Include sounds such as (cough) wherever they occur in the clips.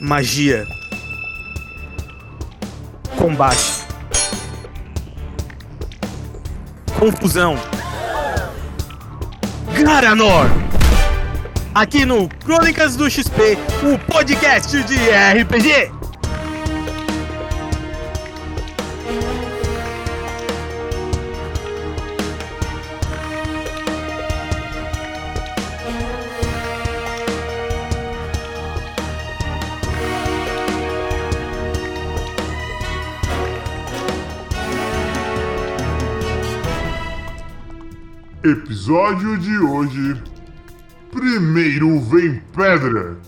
magia, combate, confusão. Garanor! Aqui no Crônicas do XP, o podcast de RPG. Episódio de hoje. Primeiro vem pedra.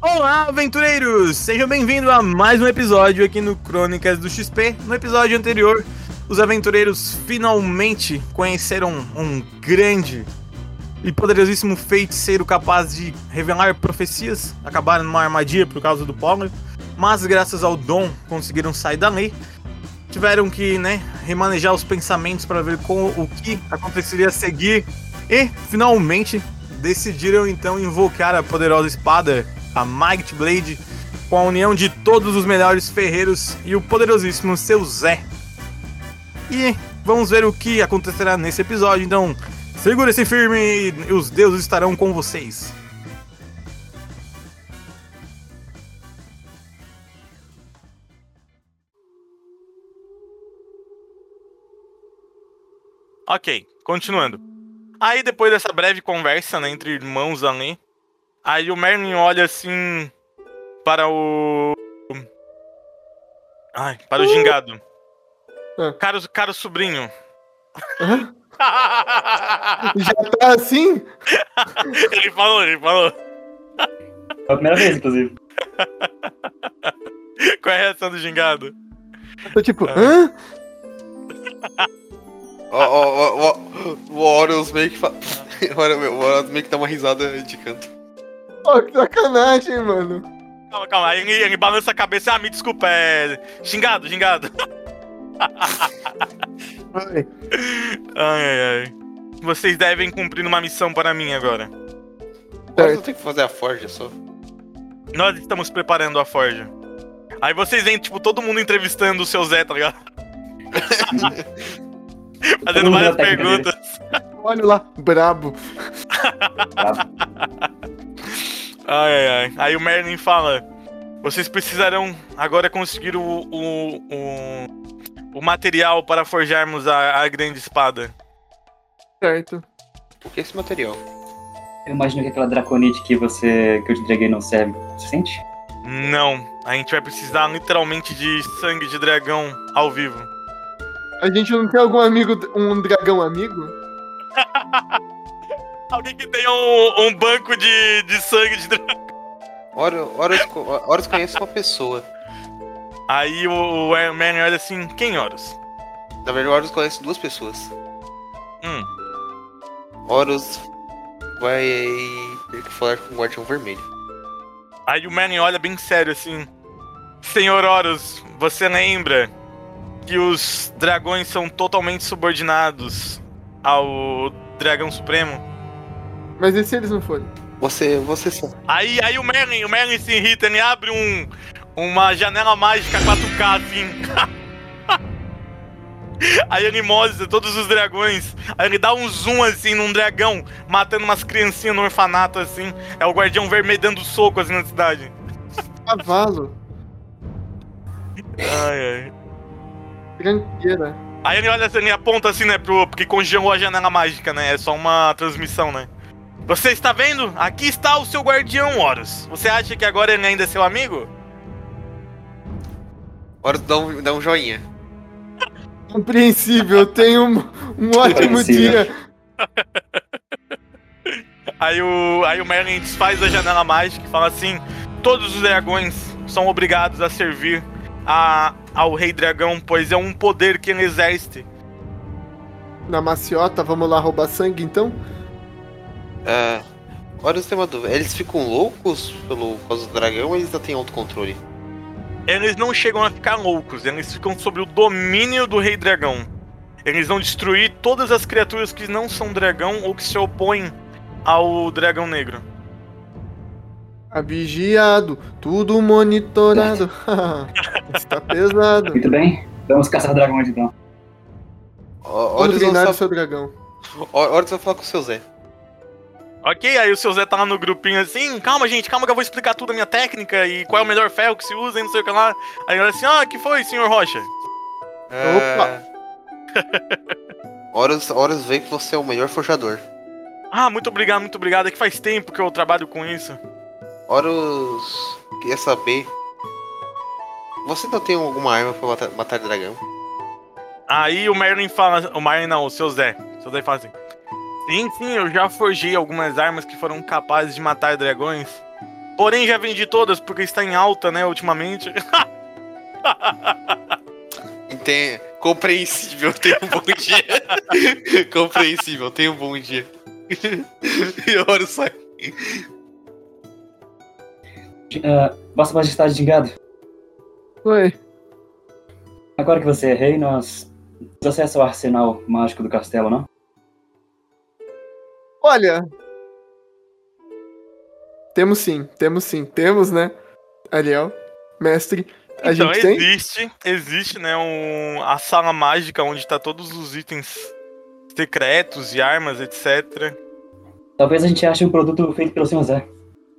Olá, aventureiros! Sejam bem-vindos a mais um episódio aqui no Crônicas do XP. No episódio anterior, os aventureiros finalmente conheceram um grande e poderosíssimo feiticeiro capaz de revelar profecias. Acabaram numa armadilha por causa do pólen, mas graças ao dom conseguiram sair dali. Tiveram que, né, remanejar os pensamentos para ver com o que aconteceria a seguir e finalmente decidiram então invocar a poderosa espada, a Might Blade, com a união de todos os melhores ferreiros e o poderosíssimo seu Zé. E vamos ver o que acontecerá nesse episódio, então segure-se firme e os deuses estarão com vocês. Ok, continuando. Aí depois dessa breve conversa, né, entre irmãos ali, aí o Merlin olha assim para o. Ai, para o gingado. Ah. Caro, caro sobrinho. Hã? Já tá assim? (laughs) ele falou, ele falou. Foi a primeira vez, inclusive. (laughs) Qual é a reação do gingado? Tô tipo, hã? Ó, ó, ó, ó, o Horus meio que fala. (laughs) O Horus meio que dá uma risada de canto. Pô, que sacanagem, mano. Calma, calma. Aí ele, ele balança a cabeça. Ah, me desculpa, é. Gingado, gingado. Ai, Ai, ai, ai. Vocês devem cumprir uma missão para mim agora. O Horus não tem que fazer a forja só. Nós estamos preparando a forja. Aí vocês veem, tipo, todo mundo entrevistando o seu Zé, tá ligado? Fazendo mundo várias na técnica dele. perguntas. Olha um lá, brabo. Ai, ai, ai. Aí o Merlin fala: Vocês precisarão agora conseguir o, o, o, o material para forjarmos a, a grande espada. Certo. O que é esse material? Eu imagino que aquela draconite que você. que eu te entreguei não serve. Você sente? Não, a gente vai precisar literalmente de sangue de dragão ao vivo. A gente não tem algum amigo, um dragão amigo? Alguém que tenha um, um banco de, de sangue de dragão. Horus, Horus, co- Horus conhece uma pessoa. Aí o, o Iron Man olha assim: Quem Horus? Na verdade, o Horus conhece duas pessoas. Hum. Horus vai ter que falar com o Guardião Vermelho. Aí o Merlin olha bem sério assim: Senhor Horus, você lembra que os dragões são totalmente subordinados ao Dragão Supremo? Mas e se eles não forem? Você, você só. Aí, aí o Merlin, o Merlin se irrita, ele abre um, uma janela mágica 4K assim. (laughs) Aí ele mostra todos os dragões. Aí ele dá um zoom assim num dragão, matando umas criancinhas no orfanato assim. É o guardião vermelho dando soco assim na cidade. Cavalo. Ai, ai. Tranqueira. Aí ele olha assim, ele aponta assim, né, pro. Porque congelou a janela mágica, né? É só uma transmissão, né? Você está vendo? Aqui está o seu guardião, Horus. Você acha que agora ele ainda é seu amigo? Horus dá um, dá um joinha. Compreensível, tenha um, um ótimo Compreensível. dia. Aí o, aí o Merlin desfaz a janela mágica e fala assim: Todos os dragões são obrigados a servir a, ao Rei Dragão, pois é um poder que ele exerce. Na maciota, vamos lá roubar sangue então? Ah, Horus tem uma dúvida. Eles ficam loucos pelo por causa do dragão ou eles ainda têm autocontrole? Eles não chegam a ficar loucos, eles ficam sob o domínio do Rei Dragão. Eles vão destruir todas as criaturas que não são dragão ou que se opõem ao dragão negro. Tá vigiado, tudo monitorado. (laughs) Está pesado. Muito bem, vamos caçar dragões então. Ó, Vamos Horus vai treinar o falar- seu dragão. Ó, Horus vai falar com o seu Zé. Ok, aí o seu Zé tá lá no grupinho assim, calma gente, calma que eu vou explicar tudo a minha técnica e qual é o melhor ferro que se usa e não sei o que lá. Aí ele assim, ah, que foi, senhor Rocha? É... (laughs) Horus, Horus vê que você é o melhor forjador. Ah, muito obrigado, muito obrigado, é que faz tempo que eu trabalho com isso. Horus queria saber. Você não tem alguma arma pra matar, matar dragão? Aí o Merlin fala, o Merlin não, o seu Zé. O seu Zé fala assim, sim, sim, eu já forjei algumas armas que foram capazes de matar dragões. Porém, já vendi todas porque está em alta, né, ultimamente. (laughs) Entende? Compreensível, tenha um bom dia. (laughs) Compreensível, tenha um bom dia. (laughs) e Horus sai. Ah, Vossa Majestade Gingado, Oi. agora que você é rei, nós temos acesso ao arsenal mágico do castelo, não? Olha. Temos sim, temos sim. Temos, né? Ariel, mestre. A então gente tem? existe, existe, né, um, a sala mágica onde tá todos os itens secretos e armas, etc. Talvez a gente ache um produto feito pelo Sr. Zé.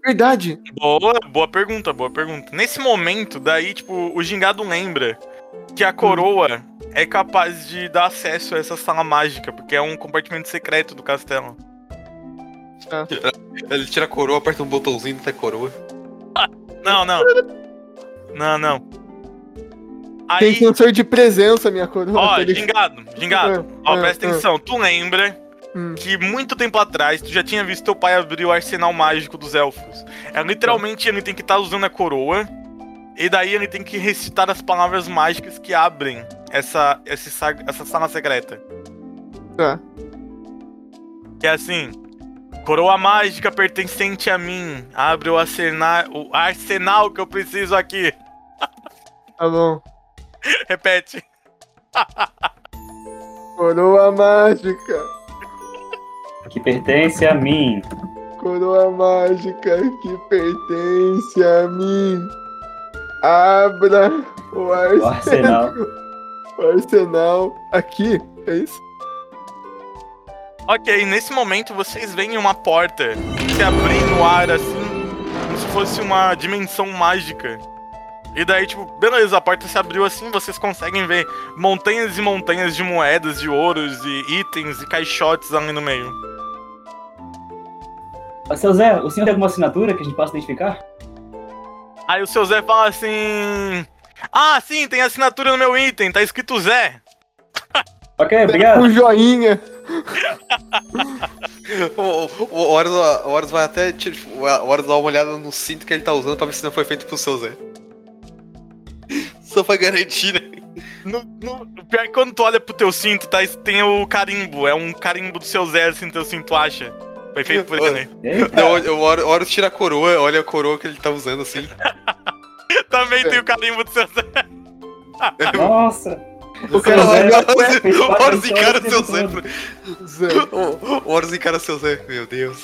Verdade. Boa, boa pergunta, boa pergunta. Nesse momento, daí, tipo, o gingado lembra que a coroa é capaz de dar acesso a essa sala mágica, porque é um compartimento secreto do castelo. Ele tira a coroa, aperta um botãozinho da coroa. Não, não. Não, não. Tem Aí, sensor de presença, minha coroa. ó, Ele- gingado, gingado. Ó, Ah, presta ah. atenção, tu lembra Hum. que muito tempo atrás tu já tinha visto teu pai abrir o arsenal mágico dos elfos. É literalmente ele tem que estar usando a coroa, e daí ele tem que recitar as palavras mágicas que abrem essa, esse sa- essa sala secreta. Tá. Que é assim. Coroa mágica pertencente a mim. Abre o arsenal, o arsenal que eu preciso aqui. (laughs) Tá bom. Repete. Coroa mágica. Que pertence a mim. Coroa mágica que pertence a mim. Abra o O arsenal, arsenal. o arsenal aqui. É isso? Ok, nesse momento vocês veem uma porta se abrir no ar assim, como se fosse uma dimensão mágica. E daí, tipo, beleza, a porta se abriu assim, vocês conseguem ver montanhas e montanhas de moedas, de ouros e itens e caixotes ali no meio. Ah, Seu Zé, o senhor tem alguma assinatura que a gente possa identificar? Aí o seu Zé fala assim. Ah, sim, tem assinatura no meu item, tá escrito Zé. Ok, obrigado. Um joinha. O, o, o Horus, o Horus vai até. tirar- O Horus dá uma olhada no cinto que ele tá usando pra ver se não foi feito pro seu Zé. Só pra garantir, né? No, no, o pior é que quando tu olha pro teu cinto, tá, tem o carimbo. É um carimbo do seu Zé, assim, teu cinto acha. Foi feito por ele. (laughs) Eita, Não, o- o Horus- o Horus tira a coroa, olha a coroa que ele tá usando assim. Também tem o carimbo do seu Zé. Nossa! O Seu cara Zé, é vai fez O parte da Horus história encara do seu tempo Zé. todo. Zé. O Horus encara seu Zé. Meu Deus.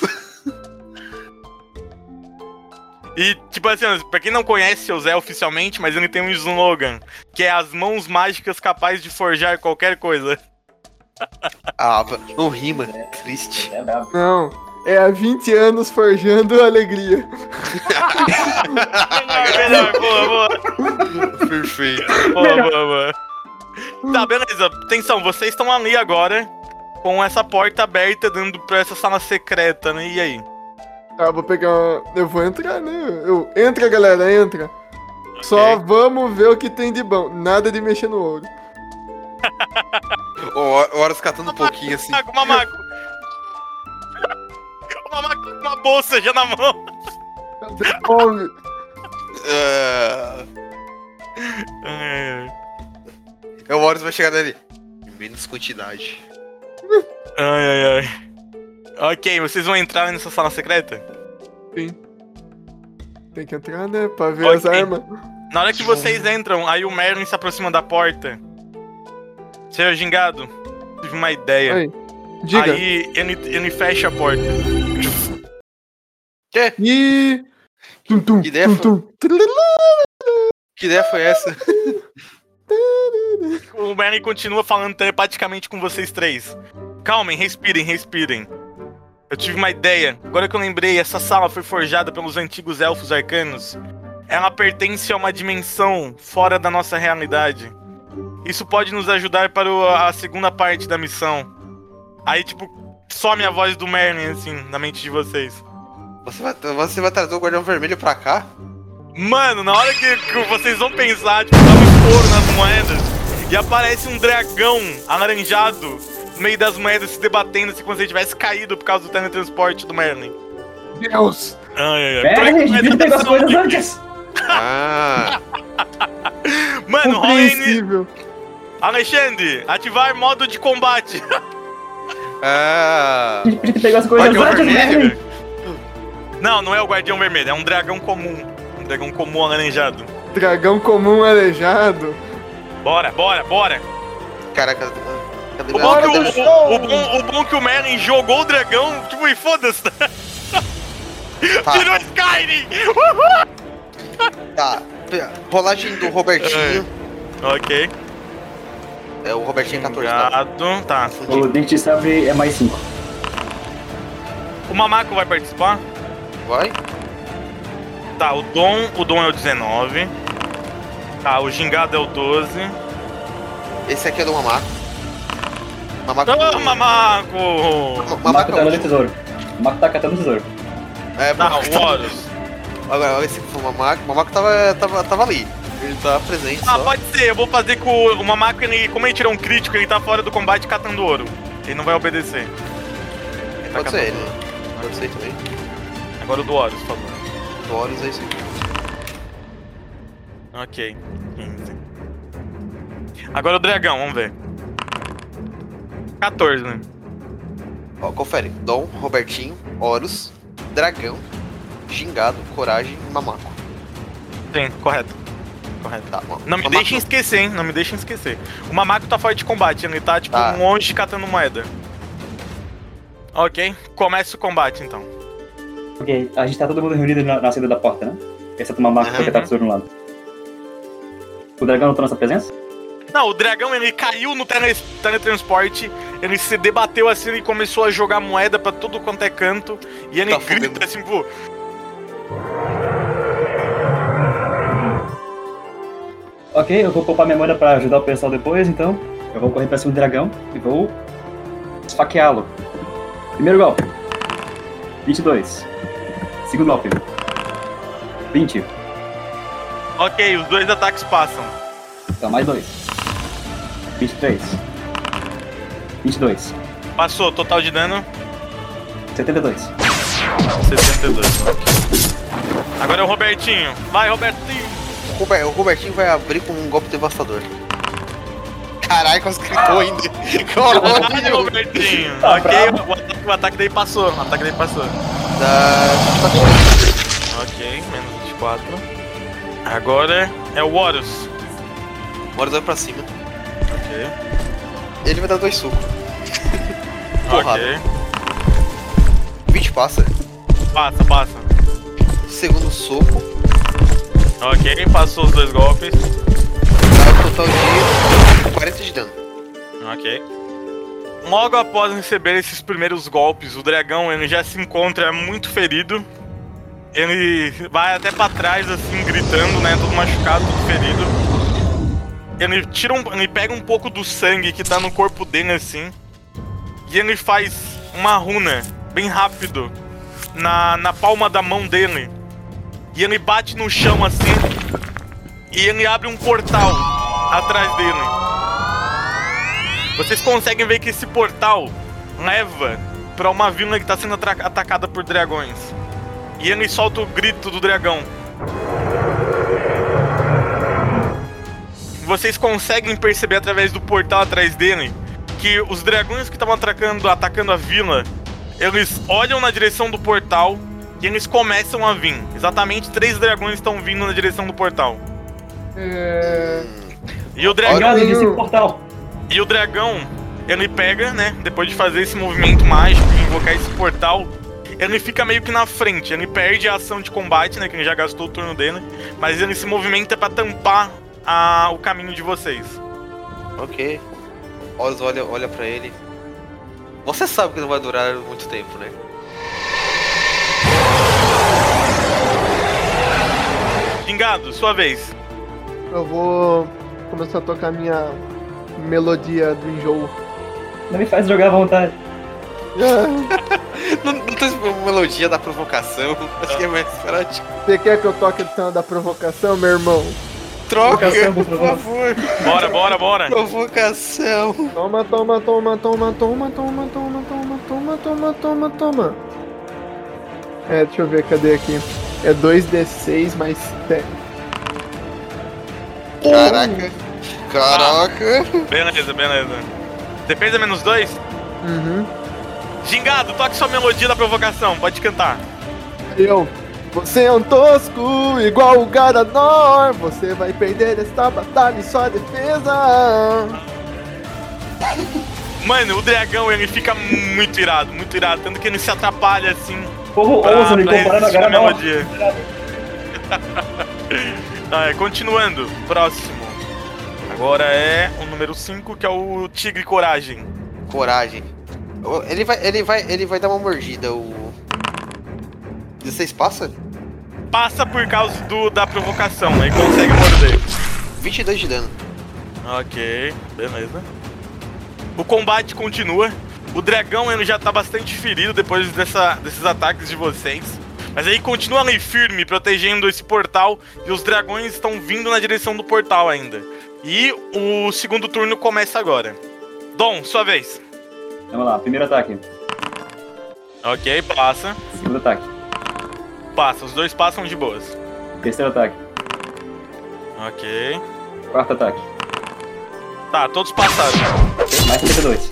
E, tipo assim, ó, pra quem não conhece o Zé oficialmente, mas ele tem um slogan, que é as mãos mágicas capazes de forjar qualquer coisa. (laughs) Ah, não rima. Triste. É brabo. Não. É há 20 anos forjando alegria. melhor, melhor, boa, boa, Perfeito. boa, boa, boa. Tá, beleza. Atenção, vocês estão ali agora, com essa porta aberta dando pra essa sala secreta, né? E aí? Tá, eu vou pegar uma... Eu vou entrar, né? Eu... Entra, galera, entra. Só Ok. vamos ver o que tem de bom. Nada de mexer no ouro. O Hor- o Horus catando um pouquinho assim. Mamaco, mamaco. O mamaco tá com uma bolsa já na mão. Fome. Ah, o Horus vai chegar nele. Menos quantidade. Ai, ai, ai. Ok, vocês vão entrar nessa sala secreta? Tem que entrar, né? Pra ver as Ok. armas. Na hora que vocês entram, aí o Merlin se aproxima da porta. Seu gingado, Tive uma ideia. Aí, Diga. Aí ele, ele fecha a porta. E. Tum, tum, Que ideia tum, foi- tum. Trilulu. Que ideia foi essa? O Merlin continua falando telepaticamente com vocês três. Calmem, respirem, respirem. Eu tive uma ideia. Agora que eu lembrei, essa sala foi forjada pelos antigos elfos arcanos. Ela pertence a uma dimensão fora da nossa realidade. Isso pode nos ajudar para o- a segunda parte da missão. Aí, tipo, some a voz do Merlin, assim, na mente de vocês. Você vai, você vai trazer o Guardião Vermelho pra cá? Mano, na hora que, que vocês vão pensar, tipo, dá um couro nas moedas e aparece um dragão alaranjado no meio das moedas se debatendo, assim, como se ele tivesse caído por causa do teletransporte do Merlin. Deus! Ai, ai, Pera, É, gente, devia pegar as coisas antes. Ah, Mano, rola aí, Compreensível. Alexandre, ativar modo de combate. ah. A gente podia ter pegado as coisas Guardião antes, né, Vermelho? Merlin. Não, não é o Guardião Vermelho, é um dragão comum. Um dragão comum alaranjado. Dragão comum aleijado. Bora, bora, bora. Caraca, é cadê O minha- bom, que Bora, o, dragão! o- o bom, o bom que o Merlin jogou o dragão, tipo, e foda-se. Tá. (laughs) Tirou Skyrim! Tá, pe- rolagem do Robertinho. Ok. É o Robertinho 14, tá? Obrigado. Tá. O Dente Sabre é mais 5. O Mamaco vai participar? Vai? Tá, o Dom, o Dom é o 19. Tá, o Gingado é o 12. Esse aqui é do Mamaco. Mamaco. Ô, Mamaco! O Marco Mamaco tá é o no último. tesouro. O Marco tá catando o tesouro. É, Tá, Mamaco. o Horus. Agora, esse foi o Mamaco. O Mamaco tava, tava, tava ali. Ele tava presente Ah, só. pode ser, eu vou fazer com o o Mamaco, ele, como ele tirou um crítico, ele tá fora do combate catando ouro. Ele não vai obedecer. Ele tá Pode catando ser ele. ouro. Pode ser também. Agora o do Horus, por favor. Do Horus é isso aqui. Ok. 15. Agora o dragão, vamos ver. 14, né? Ó, confere. Dom, Robertinho, Horus, Dragão, Gingado, Coragem e Mamaco. Sim, correto. Correto. Tá, ma- Não me Mamaco. deixem esquecer, hein? Não me deixem esquecer. O Mamaco tá fora de combate, ele tá tipo Tá. longe catando moeda. Ok, começa o combate então. Ok, a gente tá todo mundo reunido na, na saída da porta, né? Exceto o Mamaco Aham. que tá tesouro no lado. O dragão não tá nessa presença? Não, o dragão ele caiu no tele- teletransporte, ele se debateu assim ele começou a jogar moeda pra tudo quanto é canto e ele Tá grita fudendo. assim, pô. Ok, eu vou poupar minha moeda pra ajudar o pessoal depois, então. Eu vou correr pra cima do dragão e vou esfaqueá-lo. Primeiro golpe. 22. Segundo golpe. 20. Ok, os dois ataques passam. Então mais dois. 23. 22. Passou, total de dano 72. 62. ok. Agora é o Robertinho. Vai, Robertinho. O, Robert- o Robertinho vai abrir com um golpe devastador. Caralho, quase gritou ainda. (laughs) Vai, Caralho! Robertinho. Tá ok, o ataque, o ataque daí passou. O ataque daí passou. Da... Ok, menos 24. Agora é o Horus. Horus vai pra cima. Ok. Ele vai dar dois sucos. Porrada. Ok. 20 passa. Passa, passa. Segundo soco. Ok, passou os dois golpes. Dá um total de 40 de dano. Ok. Logo após receber esses primeiros golpes, o dragão ele já se encontra muito ferido. Ele vai até pra trás, assim, gritando, né? Todo machucado, todo ferido. Ele tira um, ele pega um pouco do sangue que tá no corpo dele, assim. E ele faz uma runa, bem rápido, na, na palma da mão dele. E ele bate no chão, assim. E ele abre um portal atrás dele. Vocês conseguem ver que esse portal leva pra uma vila que tá sendo atra- atacada por dragões. E ele solta o grito do dragão. Vocês conseguem perceber através do portal atrás dele que os dragões que estavam atacando, atacando a vila, eles olham na direção do portal e eles começam a vir. Exatamente três dragões estão vindo na direção do portal. É... E o dragão Obrigado, Olha, disse eu- portal. E o dragão, ele pega, né? Depois de fazer esse movimento mágico, de invocar esse portal, ele fica meio que na frente. Ele perde a ação de combate, né? Que ele já gastou o turno dele. Mas ele se movimenta pra tampar a- o caminho de vocês. Ok. Oz olha, olha pra ele. Você sabe que não vai durar muito tempo, né? Gingado, sua vez. Eu vou começar a tocar minha melodia do enjoo. Não me faz jogar à vontade. Ah, Não, não tem melodia da provocação. Acho que é mais prático. Você quer que eu toque a edição da provocação, meu irmão? Troca, Provocação, por provocação. favor. Bora, bora, bora. Provocação. Toma, toma, toma, toma, toma, toma, toma, toma, toma, toma, toma, toma. É, deixa eu ver, cadê aqui? É 2d6 mais 10. Caraca. Caraca. Beleza, beleza. Defesa menos dois? Uhum. Gingado, toque sua melodia da provocação. Pode cantar. Eu. Você é um tosco, igual o Garanor. Você vai perder esta batalha e sua defesa. Mano, o dragão ele fica muito irado, muito irado. Tanto que ele se atrapalha assim Porra, Tá, ousa me comparar na resistir à cara não. (laughs) melodia. Ah, é, continuando, próximo. Agora é o número 5, que é o Tigre Coragem. Ah, Coragem. Ô, Ele vai, ele vai, ele vai dar uma mordida. O 16 passa? Passa por causa do, da provocação, aí consegue morder. 22 de dano. Ok, beleza. O combate continua. O dragão ele já tá bastante ferido depois dessa- desses ataques de vocês. Mas aí continua ali firme, protegendo esse portal. E os dragões estão vindo na direção do portal ainda. E o segundo turno começa agora. Dom, sua vez. Vamos lá, primeiro ataque, Ok, passa. segundo ataque, Passa, os dois passam de boas. terceiro ataque, Ok. quarto ataque, Tá, todos passaram. mais 32.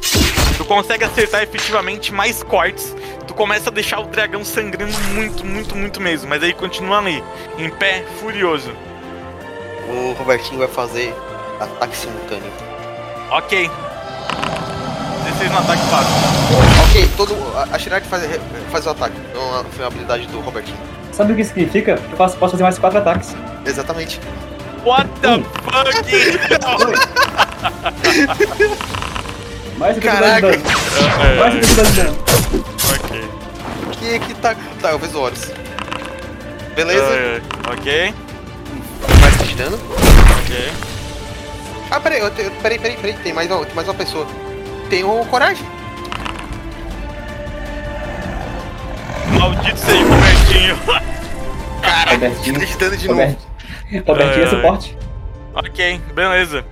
Tu consegue acertar efetivamente mais cortes. Tu começa a deixar o dragão sangrando muito, muito, muito mesmo. Mas aí continua ali, em pé, furioso. O Robertinho vai fazer ataque simultâneo. Ok. 16 no ataque fácil. Ok, todo. A, a Shirak faz, faz o ataque. Então a- foi uma habilidade do Robertinho. Sabe o que isso significa? Eu faço, posso fazer mais quatro ataques. Exatamente. What the Hum. fuck? Mais 52 Caraca. de dano. Mais 52 de dano. ok. Que que tá. Tá, eu fiz o Horus. Beleza? Ah, ok, Mais 20 de dano. ok. Ah, peraí, eu te- eu- peraí, peraí, peraí, tem mais uma, tem mais uma pessoa. Tem o Coragem. Maldito seja o Robertinho. Caralho, Robertinho. 20 de dano de novo. Robert- Robertinho Ai, é ai. suporte. ok, beleza.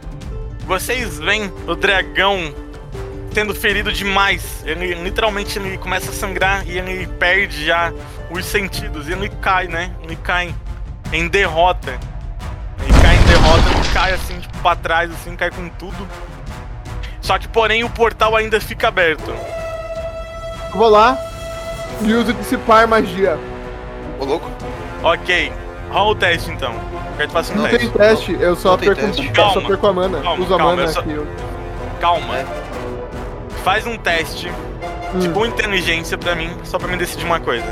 Vocês veem o dragão sendo ferido demais. Ele literalmente ele começa a sangrar e ele perde já os sentidos. E ele cai, né? Ele cai em derrota. Ele cai em derrota, ele cai assim, tipo, pra trás, assim, cai com tudo. Só que, porém, o portal ainda fica aberto. Vou lá e uso dissipar magia. Ô louco? Ok, rola o teste então. Quero que faça um Não teste. Tem teste, eu só É Não tem perco, teste. eu só Calma, perco a mana. calma, Uso a calma, mana eu só- aqui. eu- Calma. Faz um teste de Hum. boa inteligência pra mim, só pra me decidir uma coisa.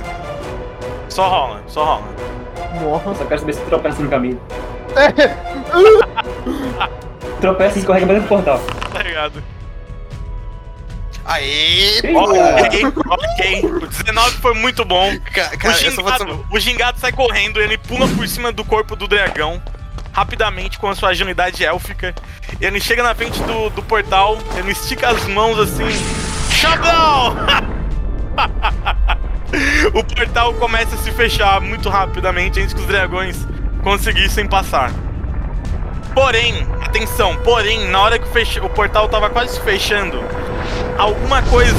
Só rola, só rola. Eu Nossa. só quero saber se tropeça (laughs) no caminho. É, Tropeça e escorrega pra dentro do portal. Tá ligado? Aê! Ih, cara. Ok, ok. O 19 foi muito bom. Ca- O Cara, eu só vou dizer- gingado, o gingado sai correndo, ele pula por cima do corpo do dragão, rapidamente, com a sua agilidade élfica. Ele chega na frente do, do portal, ele estica as mãos assim. Chablau! (laughs) o portal começa a se fechar muito rapidamente antes que os dragões conseguissem passar. Porém, atenção, porém, na hora que o fecha- o portal tava quase se fechando, alguma coisa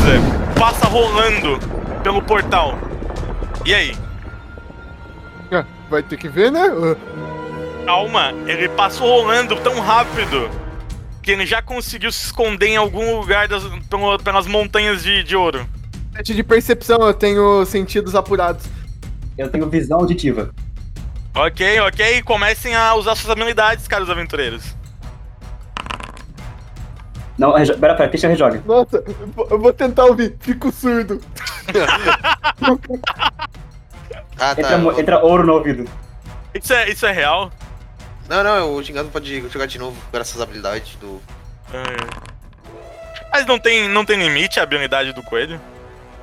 passa rolando pelo portal. E aí? Vai ter que ver, né? Calma, ele passou rolando tão rápido que ele já conseguiu se esconder em algum lugar das, pelo- pelas montanhas de, de ouro. Teste de percepção, eu tenho sentidos apurados. Eu tenho visão auditiva. Ok, ok, comecem a usar suas habilidades, caros aventureiros. Não, rejo... pera, pera, deixa eu rejogar. Nossa, eu vou- eu vou tentar ouvir. Fico surdo. Ah, Entra, tá. mo- entra ouro no ouvido. Isso é, isso é real? Não, não, o gigante pode jogar de novo, graças à habilidade do. Ai. Mas não tem, não tem limite a habilidade do coelho?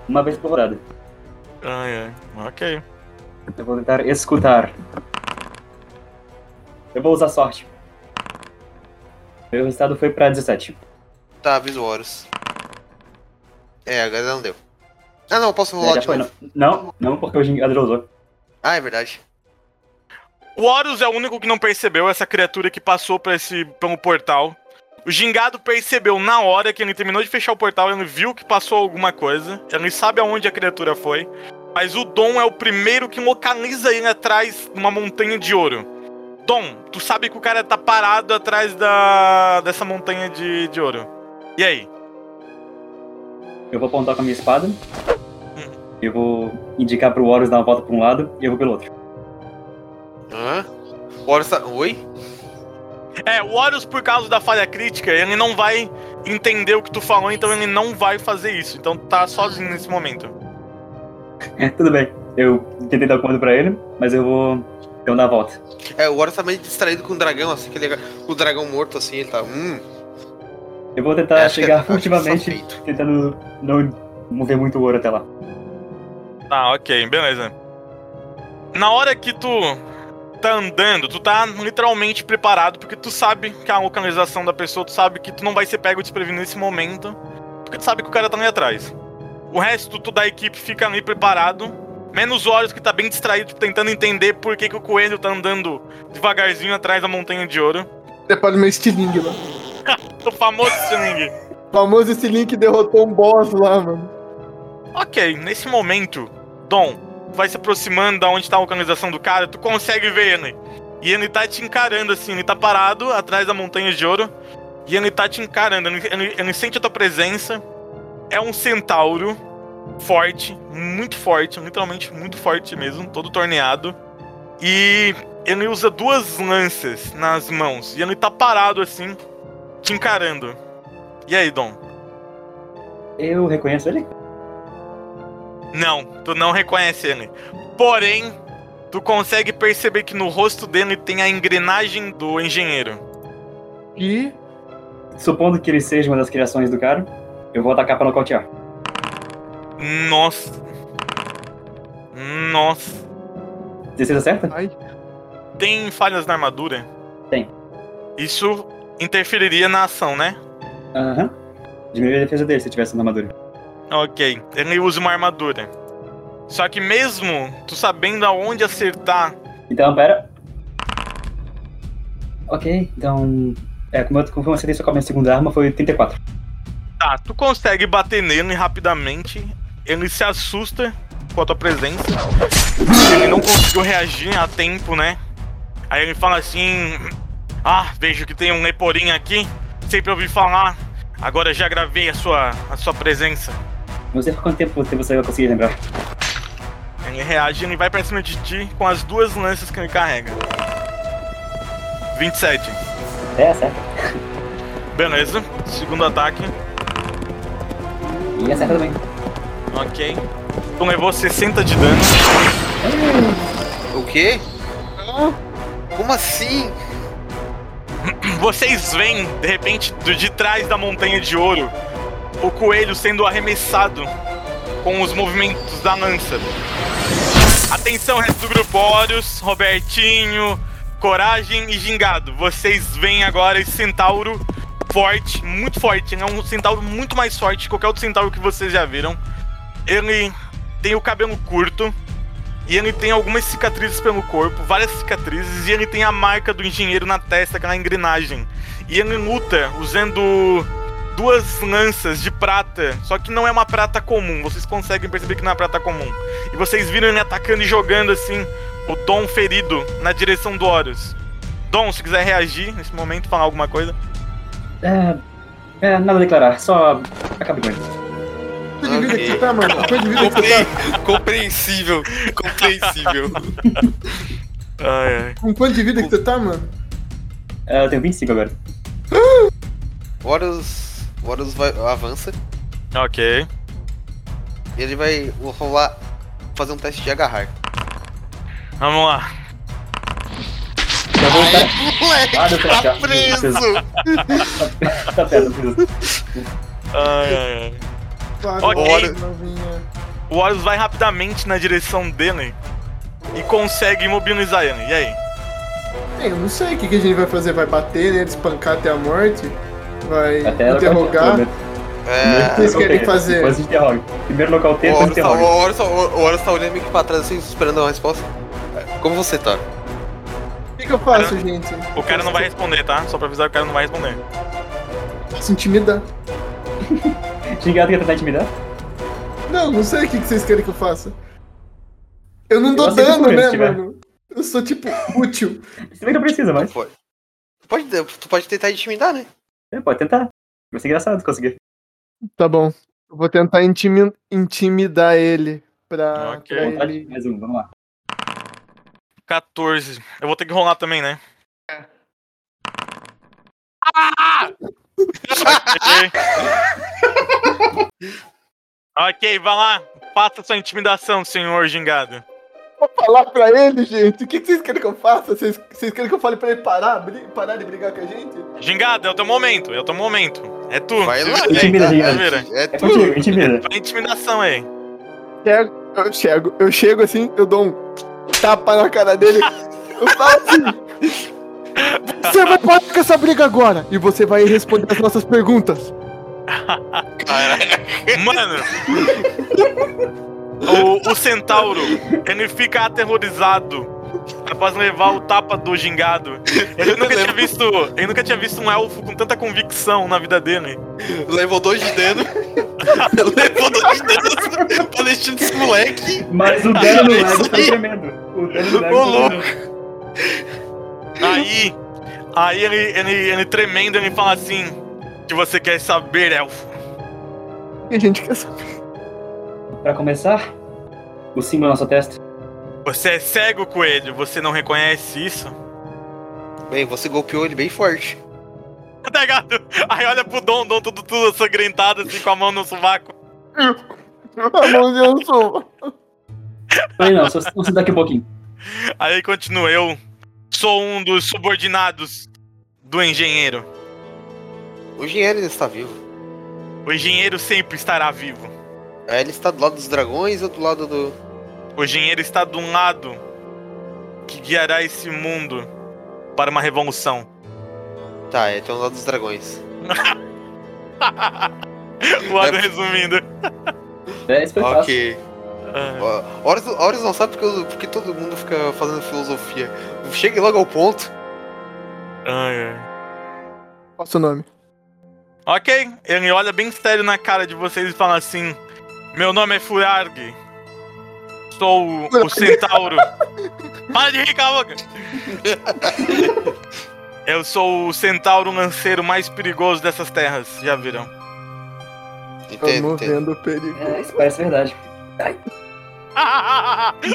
Uma vez por rodada. Ai, ai. Ok. Eu vou tentar escutar. Eu vou usar sorte. Meu resultado foi pra 17. Tá, aviso Horus. É, agora não deu. Ah, não, eu posso É, rolar já de foi, novo. não. não, não, porque o Gingadra usou. Ah, é verdade. O Horus é o único que não percebeu essa criatura que passou pra esse, pelo portal. O gingado percebeu na hora que ele terminou de fechar o portal, ele viu que passou alguma coisa. Ele sabe aonde a criatura foi. Mas o Dom é o primeiro que localiza ele atrás de uma montanha de ouro. Dom, tu sabe que o cara tá parado atrás da dessa montanha de, de ouro. E aí? Eu vou apontar com a minha espada. Hum. Eu vou indicar pro Horus dar uma volta pra um lado e eu vou pelo outro. (laughs) Hã? O Horus tá. Oi? É, o Horus, por causa da falha crítica, ele não vai entender o que tu falou, então ele não vai fazer isso. Então tu tá sozinho nesse momento. É, Tudo bem. Eu tentei dar comando pra ele, mas eu vou. Eu dar a volta. É, o Horus tá meio distraído com o dragão, assim, que ele. O dragão morto, assim, ele tá. Hum. Eu vou tentar É, Acho que- chegar acho que furtivamente, tá feito. tentando não mover muito o ouro até lá. Tá, ok, beleza. Na hora que tu tá andando, tu tá literalmente preparado, porque tu sabe que a localização da pessoa, tu sabe que tu não vai ser pego desprevenido nesse momento, porque tu sabe que o cara tá ali atrás. O resto tu, da equipe fica ali preparado, menos o Horus que tá bem distraído tentando entender por que, que o coelho tá andando devagarzinho atrás da montanha de ouro. Prepara o meu estilingue lá. O famoso Sling. O famoso estilingue que derrotou um boss lá, mano. Ok, nesse momento, Dom, tu vai se aproximando da onde tá a localização do cara, tu consegue ver ele. E ele tá te encarando assim, ele tá parado atrás da montanha de ouro. E ele tá te encarando, ele, ele- ele sente a tua presença. É um centauro forte, muito forte, literalmente muito forte mesmo, todo torneado. E ele usa duas lanças nas mãos. E ele tá parado assim, te encarando. E aí, Dom? Eu reconheço ele? Não, tu não reconhece ele. Porém, tu consegue perceber que no rosto dele tem a engrenagem do engenheiro. E. Supondo que ele seja uma das criações do cara, eu vou atacar pra nocautear. Nossa. Nossa. 16 acerta? Ai. Tem falhas na armadura? Tem. isso Isso interferiria na ação, né? Aham. Diminuiria a defesa dele se tivesse na armadura. Ok, ele usa uma armadura. Só que mesmo tu sabendo aonde acertar, Então, pera. Ok, então. É, como eu, como eu acertei só com a minha segunda arma, foi 34. tá, tu consegue bater nele rapidamente. Ele se assusta com a tua presença. Ele não conseguiu reagir a tempo, né? Aí ele fala assim: Ah, vejo que tem um leporinho aqui. Sempre ouvi falar. Agora já gravei a sua, a sua presença. Não sei por quanto tempo você você vai conseguir lembrar. Ele reage e ele vai pra cima de ti com as duas lanças que ele carrega. 27. É, acerta. Beleza. Segundo ataque. E acerta também. Ok. Tu levou 60 de dano. O quê? Ah, Como assim? Vocês veem, de repente, do- de trás da montanha de ouro, o coelho sendo arremessado com os movimentos da lança. Atenção, resto do grupo Horus, Robertinho, Coragem e Gingado. Vocês veem agora esse centauro forte, muito forte. Ele é um centauro muito mais forte que qualquer outro centauro que vocês já viram. Ele tem o cabelo curto. E ele tem algumas cicatrizes pelo corpo, várias cicatrizes, e ele tem a marca do engenheiro na testa, aquela engrenagem. E ele luta usando duas lanças de prata, só que não é uma prata comum, vocês conseguem perceber que não é uma prata comum. E vocês viram ele atacando e jogando assim, o Dom ferido na direção do Horus. Dom, se quiser reagir nesse momento, falar alguma coisa. É. É, nada a declarar, só. Acabe com ele. tô de vida que você tá, mano. Tô de vida que você Compre... tá. compreensível. Compreensível. Ai, ai. Com quanto um de vida que você tá, mano? É, eu tenho 25 agora. Horus. O Horus vai, avança. Ok. Ele vai rolar. fazer um teste de agarrar. Vamos lá. Já vou Aê, estar moleque! Ah, deu pra Tá achar. preso! tá perto. Ai, ai, ai. Claro, Ok. olha, novinha. O Horus vai rapidamente na direção dele e consegue imobilizar ele. E aí? É, eu não sei o que, que a gente vai fazer. Vai bater nele, espancar até a morte? Vai Até ela interrogar? continua. É, Vocês querem Localteia. fazer? Depois interroga. Primeiro local o T, depois Horus tá- interroga. o Horus tá- o Horus tá olhando meio que pra trás assim, esperando uma resposta. Como você tá? O que, que eu faço, gente? O cara não vai responder, tá? Só pra avisar, o cara não vai responder. Se intimidar. Xingado que ia tentar intimidar? Não, não sei o que, que vocês querem que eu faça. Eu não dou aceito dano, por né, esse, velho. mano? Eu sou, tipo, útil. Se bem que não precisa mais. Pode. Pode, tu pode tentar intimidar, né? É, pode tentar. Vai ser engraçado se conseguir. Tá bom. Eu vou tentar intimi- intimidar ele pra, Ok. pra Vontade? ele. Mais um, vamos lá. 14. Eu vou ter que rolar também, né? Ah! ok, Ok, vai lá. Passa sua intimidação, senhor gingado. Vou falar pra ele, gente. O que, que vocês querem que eu faça? Vocês, vocês querem que eu fale pra ele parar, bri- parar de brigar com a gente? Gingado, é o teu momento, é o teu momento. É tu. Vai se lá. vira aí, Intimida, se gingado. vira. É É tu. contigo, intimida. Vai intimidação aí. Chego, eu chego, eu chego assim, eu dou um tapa na cara dele. Eu falo assim. Você vai parar com essa briga agora e você vai responder as nossas perguntas. Mano! o, o centauro, ele fica aterrorizado após levar o tapa do gingado. Ele nunca tinha visto. Ele nunca tinha visto um elfo com tanta convicção na vida dele. Levou dois de dano. (laughs) Levou dois de dano pra deixar desse moleque. Mas o dano do Lego foi tremendo. O dano é do Lego Ô, foi louco. tremendo. Aí. Aí ele, ele, ele tremendo, ele fala assim. "O Que você quer saber, elfo. E a gente quer saber. Pra começar, o símbolo é na sua testa. Você é cego, coelho, você não reconhece isso? (laughs) Bem, você golpeou ele bem forte. Tá ligado? Aí olha pro Dom, Dom tudo, tudo sangrentado, assim, com a mão no sovaco. A mãozinha no som. Falei não, só só se daqui um pouquinho. Aí continua, eu sou um dos subordinados do engenheiro. O engenheiro ainda está vivo. O engenheiro sempre estará vivo. Aí ele está do lado dos dragões ou do lado do. O engenheiro está de um lado que guiará esse mundo para uma revolução. (laughs) Tá, é, tem um lado dos dragões. O lado resumindo. É, isso foi fácil. Ok. Ah, Ó, Horus, Horus não sabe porque, eu- porque todo mundo fica fazendo filosofia. Chegue logo ao ponto. ai, ai. Qual o seu nome? Ok, ele olha bem sério na cara de vocês e fala assim: Meu nome é Furarg. Sou o- o centauro. Para de rir, cala a boca! Eu sou o centauro lanceiro mais perigoso dessas terras, já viram? (laughs) Entendo, Estamos entendo. vendo o perigo. É, isso parece verdade.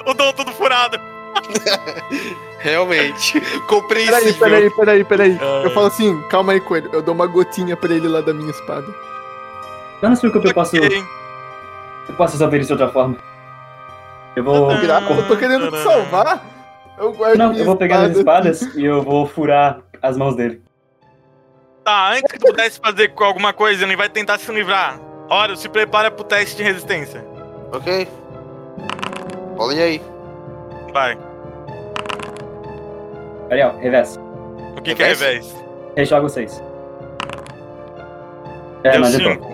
o dom todo furado. Realmente. Peraí, (laughs) Compreensível. peraí, peraí, peraí. Ai. Eu falo assim, calma aí, coelho. Eu dou uma gotinha pra ele lá da minha espada. Não se preocupe, eu posso, eu Ok. posso resolver isso de outra forma. Eu vou... Virar, pô, eu tô querendo te salvar. Eu guardo Não, minha eu vou pegar as espada. espadas e eu vou furar as mãos dele. Tá, antes que tu pudesse fazer co- alguma coisa, ele vai tentar se livrar. Ora, se prepara pro teste de resistência. Ok. Olhem aí. Vai. Ariel, reverso. O que, que é revés? Rejoga os seis. É, deu mas deu cinco.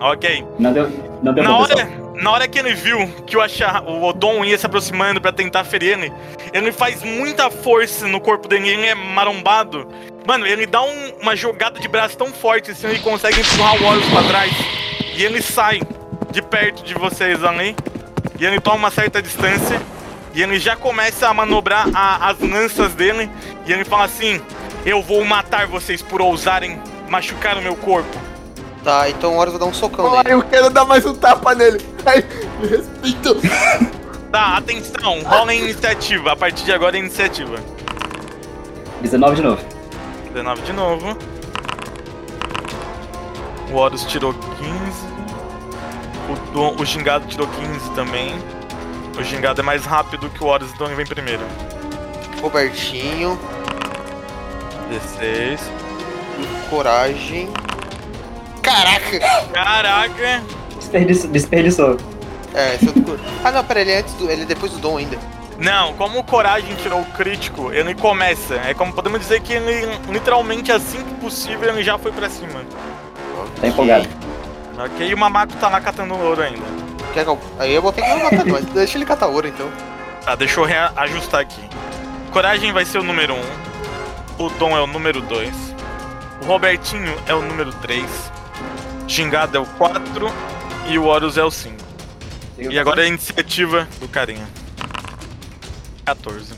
Ok. bom. Não deu, não deu Na bom, hora, pessoal. na hora que ele viu que o, Acha, o Odon ia se aproximando pra tentar ferir ele, ele faz muita força no corpo dele, ele é marombado. Mano, ele dá um- uma jogada de braço tão forte assim, ele consegue empurrar o Horus pra trás. E ele sai de perto de vocês ali. E ele toma uma certa distância. E ele já começa a manobrar a- as lanças dele. E ele fala assim: Eu vou matar vocês por ousarem machucar o meu corpo. Tá, então o Horus vai dar um socão Ai, nele. eu quero dar mais um tapa nele. Ai, me respeita. Tá, atenção, rola em iniciativa. A partir de agora é iniciativa. 19 de novo. 19 de novo. O Horus tirou 15. O, Dom- o Gingado tirou 15 também. O Gingado é mais rápido que o Horus, então ele vem primeiro. Robertinho, 16. coragem. Caraca! Caraca! Desperdiçou. desperdiçou. É, esse é do cor... Ah não, pera, ele é antes do. Ele é depois do dom ainda. Não, como o Coragem tirou o crítico, ele começa. É como podemos dizer que ele, literalmente assim que possível, ele já foi pra cima. Tá empolgado. Ok? E o Mamaco tá lá catando ouro ainda. Quer que eu... Aí eu vou ter que matar nós. Deixa ele catar ouro então. Tá, deixa eu reajustar aqui. Coragem vai ser o número 1. O Dom é o número 2. O Robertinho é o número 3. Gingado é o 4. E o Horus é o 5. E agora é a iniciativa do carinha. 14.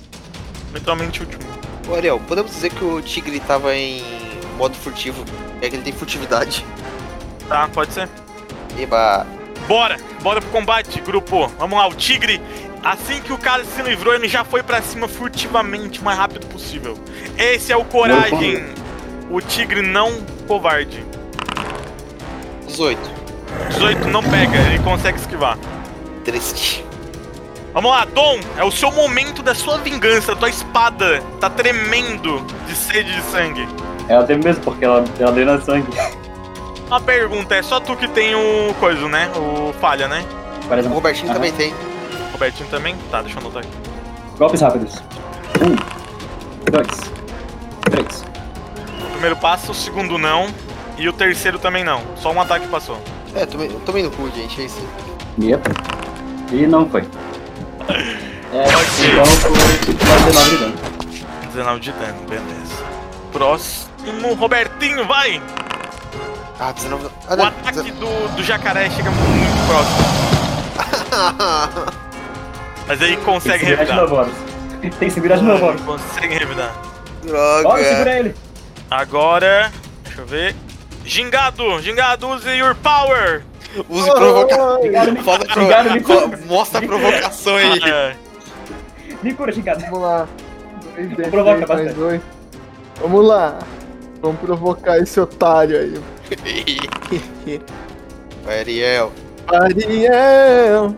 Literalmente o último. Ô Ariel, podemos dizer que o Tigre tava em modo furtivo. É que ele tem furtividade. Tá, pode ser. Eba. Bora! Bora pro combate, grupo! Vamos lá, o Tigre, assim que o cara se livrou, ele já foi pra cima furtivamente, o mais rápido possível. Esse é o coragem! O Tigre não covarde. 18. 18 não pega, ele consegue esquivar. Triste. Vamos lá, Dom, é o seu momento da sua vingança, tua espada tá tremendo de sede de sangue. Ela teve É mesmo, porque ela, ela deu na sangue. Uma pergunta, é só tu que tem o coisa, né? O falha, né? Parece O um... Robertinho Aham. também tem. Robertinho também? Tá, deixa eu anotar aqui. Golpes rápidos. Um. Dois. Três. O primeiro passa, o segundo não, e o terceiro também não. Só um ataque passou. É, tomei, tomei no cu, gente. É isso. Yep. E não foi. É, Ok. então foi 19 de dano. 19 de dano, beleza. Próximo, Robertinho, vai! Ah, 19. não. Ah, O não. ataque do, do jacaré chega muito próximo, mas aí Tem que consegue se virar de revidar. novo, Horus. Tem que se virar é de novo, Horus. Consegue revidar. (laughs) Horus, Droga. segura ele. Agora, deixa eu ver. Gingado, Gingado, use your power! Use provocação. Fala Obrigado, me provo... cura. Mostra a provocação aí. Ah, Me cura, Gingado. Vamos lá. Dois dentes, provocar mais bastante. dois. Vamos lá. Vamos provocar esse otário aí. Vai, Ariel. Ariel!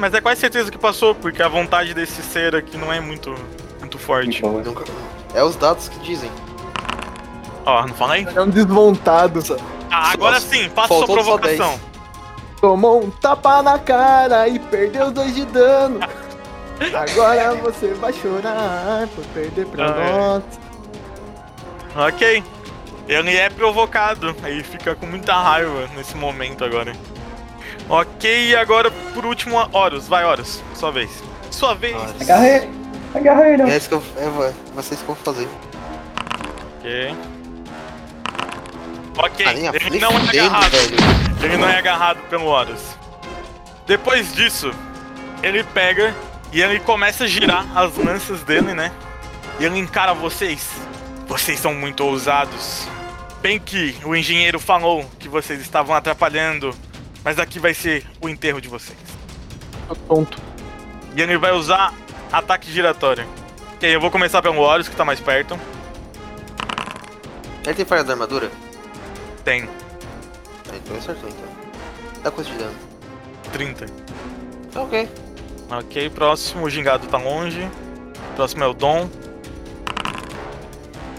mas é quase certeza que passou, porque a vontade desse ser aqui não é muito, muito forte. Nunca... É os dados que dizem. Então. Ó, não fala aí? É um desmontado. Ah, agora sim, faça sua Faltou só provocação. Tomou um tapa na cara e perdeu dois de dano. Agora você vai chorar por perder pra Ah, é. nós. Ok. Ele é provocado, aí fica com muita raiva nesse momento agora. Ok, e agora por último, Horus. Vai, Horus, sua vez. Sua vez. Agarra ele. Agarra ele. É isso que eu. É, vai- vai ser isso que eu vou fazer. Ok. Ok, Ah, nem a- ele nem não é fudendo, agarrado. velho. Ele não é agarrado pelo Horus. Depois disso, ele pega e ele começa a girar as lanças dele, né? E ele encara vocês. Vocês são muito ousados. Bem que o engenheiro falou que vocês estavam atrapalhando, mas aqui vai ser o enterro de vocês. Tô tonto. E ele vai usar ataque giratório. Ok, eu vou começar pelo Horus, que tá mais perto. Ele tem falha da armadura? Tem Ah, então acertou então. Dá coisa de dano. 30. Tá ok. Ok, próximo. O gingado tá longe. Próximo é o Dom.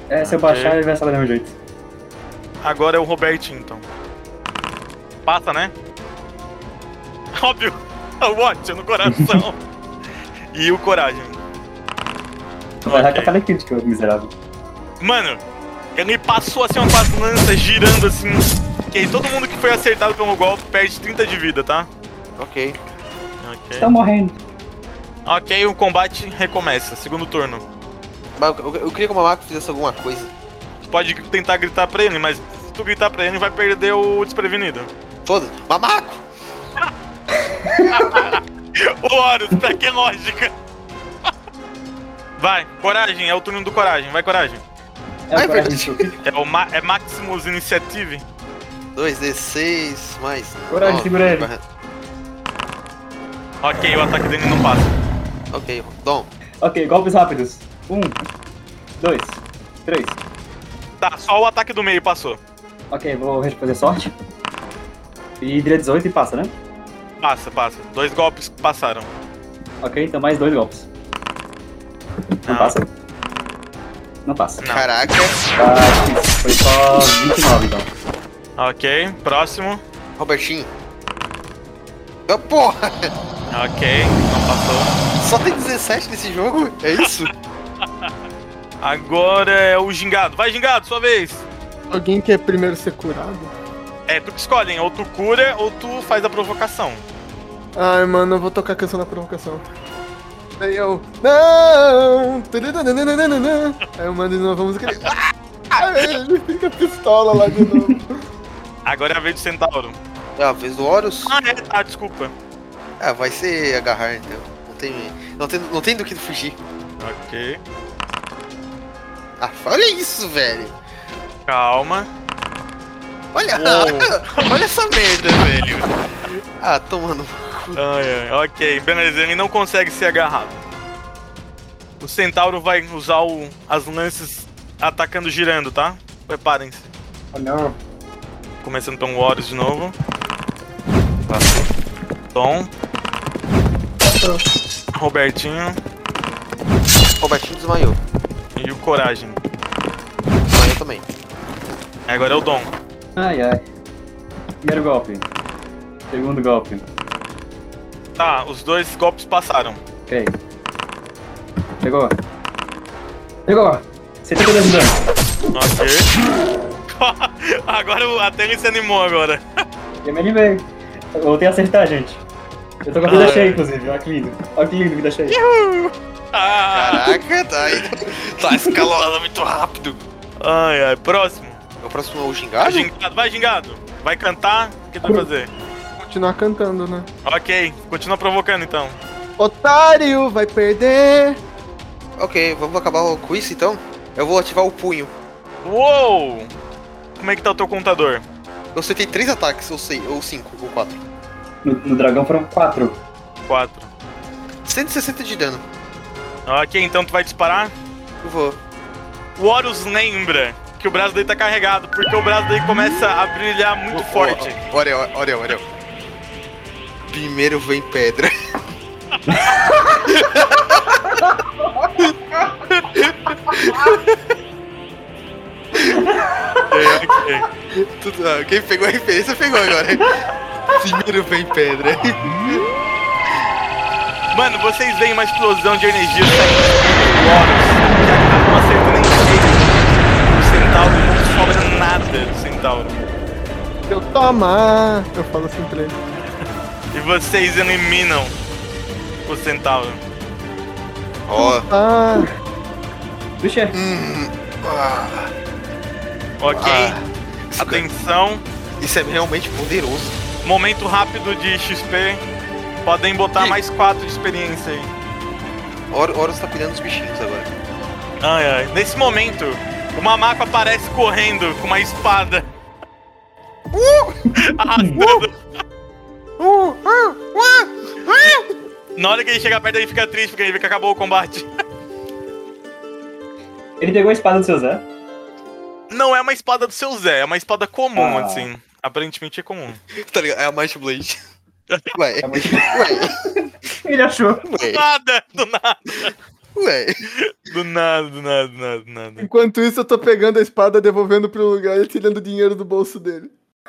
É, se eu baixar, ele vai saber do meu jeito. Agora é o Robertinho, então. Passa, né? (laughs) Óbvio! É O Watch no coração. e o Coragem. Vai errar que Ok. eu falei crítico, miserável. Mano, ele passou assim com as lanças girando assim. Ok, todo mundo que foi acertado pelo golpe perde 30 de vida, tá? Ok. Ok. Tá morrendo. Ok, o combate recomeça. Segundo turno. Mas eu, eu- eu queria que o Mamaco fizesse alguma coisa. Tu pode tentar gritar pra ele, mas se tu gritar pra ele, vai perder o desprevenido. (laughs) Foda. Mamaco! O Horus, pra que lógica? (laughs) Vai, coragem, é o turno do coragem, vai coragem. É Ai, o coragem verdade. do (laughs) crítico. É o Ma é Maximus Initiative? 2d6 mais. Coragem, nove. segura ele. Ok, o ataque dele não passa. Ok, Dom. Ok, golpes rápidos. Um, dois, três. Tá, só o ataque do meio passou. Ok, vou fazer sorte. E diria 18 e passa, né? Passa, passa. Dois golpes passaram. Ok, então mais dois golpes. Não, Não. passa? Não passa. Não. Caraca. Tá difícil. Foi só 29, então. Ok, próximo. Robertinho. Ah, porra, Ok, não passou. só tem 17 nesse jogo? É (laughs) isso? Agora é o gingado. Vai, gingado, sua vez. Alguém quer primeiro ser curado? É, tu que escolhe, hein? Ou tu cura ou tu faz a provocação. Ai, mano, eu vou tocar a canção da provocação. Aí eu. Não! Tadadadadadadadã. Aí eu mando de novo a música. Ele, ah! ele fica pistola lá de novo. Agora é a vez do centauro. É a vez do Horus? Ah, é, tá, desculpa. Ah, vai ser agarrar, então. Não tem, não tem, não tem do que fugir. Ok. Ah, olha isso, velho. Calma. Olha, Uou. (laughs) olha essa merda, velho. Ah, tomando. Ai, ai, ok, beleza, ele não consegue ser agarrado. O centauro vai usar o- as lanças atacando girando, tá? Preparem-se. Oh, não. Começando então o Horus de novo. Passou. Tom. Robertinho O Robertinho desmaiou. e o Coragem. Desmaiou também. Agora é o Dom. Ai, ai. Primeiro golpe. Segundo golpe. Tá, os dois golpes passaram. Ok. Pegou. Pegou. 72 de dano. Ok. (laughs) agora o- até ele se animou agora. Eu me animei. Eu voltei a acertar, gente. Eu tô com a vida cheia, inclusive. Olha que lindo. Olha que lindo, vida cheia. Ah. Caraca, tá, indo- tá escalonando muito rápido. Ai, ai, próximo. O próximo é o Vai, Gingado? gingado, vai, gingado. Vai cantar. O que tu vai fazer? Continuar cantando, né? Ok, continua provocando então. Otário vai perder! Ok, vamos acabar com isso então. Eu vou ativar o punho. Uou! Como é que tá o teu contador? Eu acertei três ataques, ou sei, ou cinco, ou quatro. No, no dragão foram 4. 4. 160 de dano. Ok, então tu vai disparar. Eu vou. O Horus lembra que o braço dele tá carregado, porque o braço dele começa a brilhar muito forte. Ó, ó, Orel, Orel, Orel. Primeiro vem pedra. Ok, ok. Tudo- ah, Quem pegou a referência pegou agora. Primeiro vem pedra. Mano, vocês veem uma explosão de energia saindo do Horus, que acaba não acertando nem cheio. O centauro não sobra nada do centauro. Eu toma! Eu falo assim pra ele. E vocês eliminam o centauro. Ó. Ah, Vixe, Hum, ah, Ok, ah, isso, atenção. isso é realmente poderoso. Momento rápido de XP. Podem botar Ih. mais 4 de experiência aí. Hor- Horus tá cuidando dos bichinhos agora. Ai, ai. Nesse momento, o Mamaco aparece correndo com uma espada. Uh! (laughs) Ah, Arrastando. Uh, Na hora que ele chega perto, ele fica triste porque ele vê que acabou o combate. ele pegou a espada do seu Zé. Não é uma espada do seu Zé, é uma espada comum, Ah. assim. Aparentemente é comum. Tá ligado? É a Might Blade. Ué, É muito- ué, Ele achou. Do ué, nada, do nada, ué. do nada, do nada, do nada, do (laughs) nada. enquanto isso eu tô pegando a espada, devolvendo pro lugar e tirando dinheiro do bolso dele.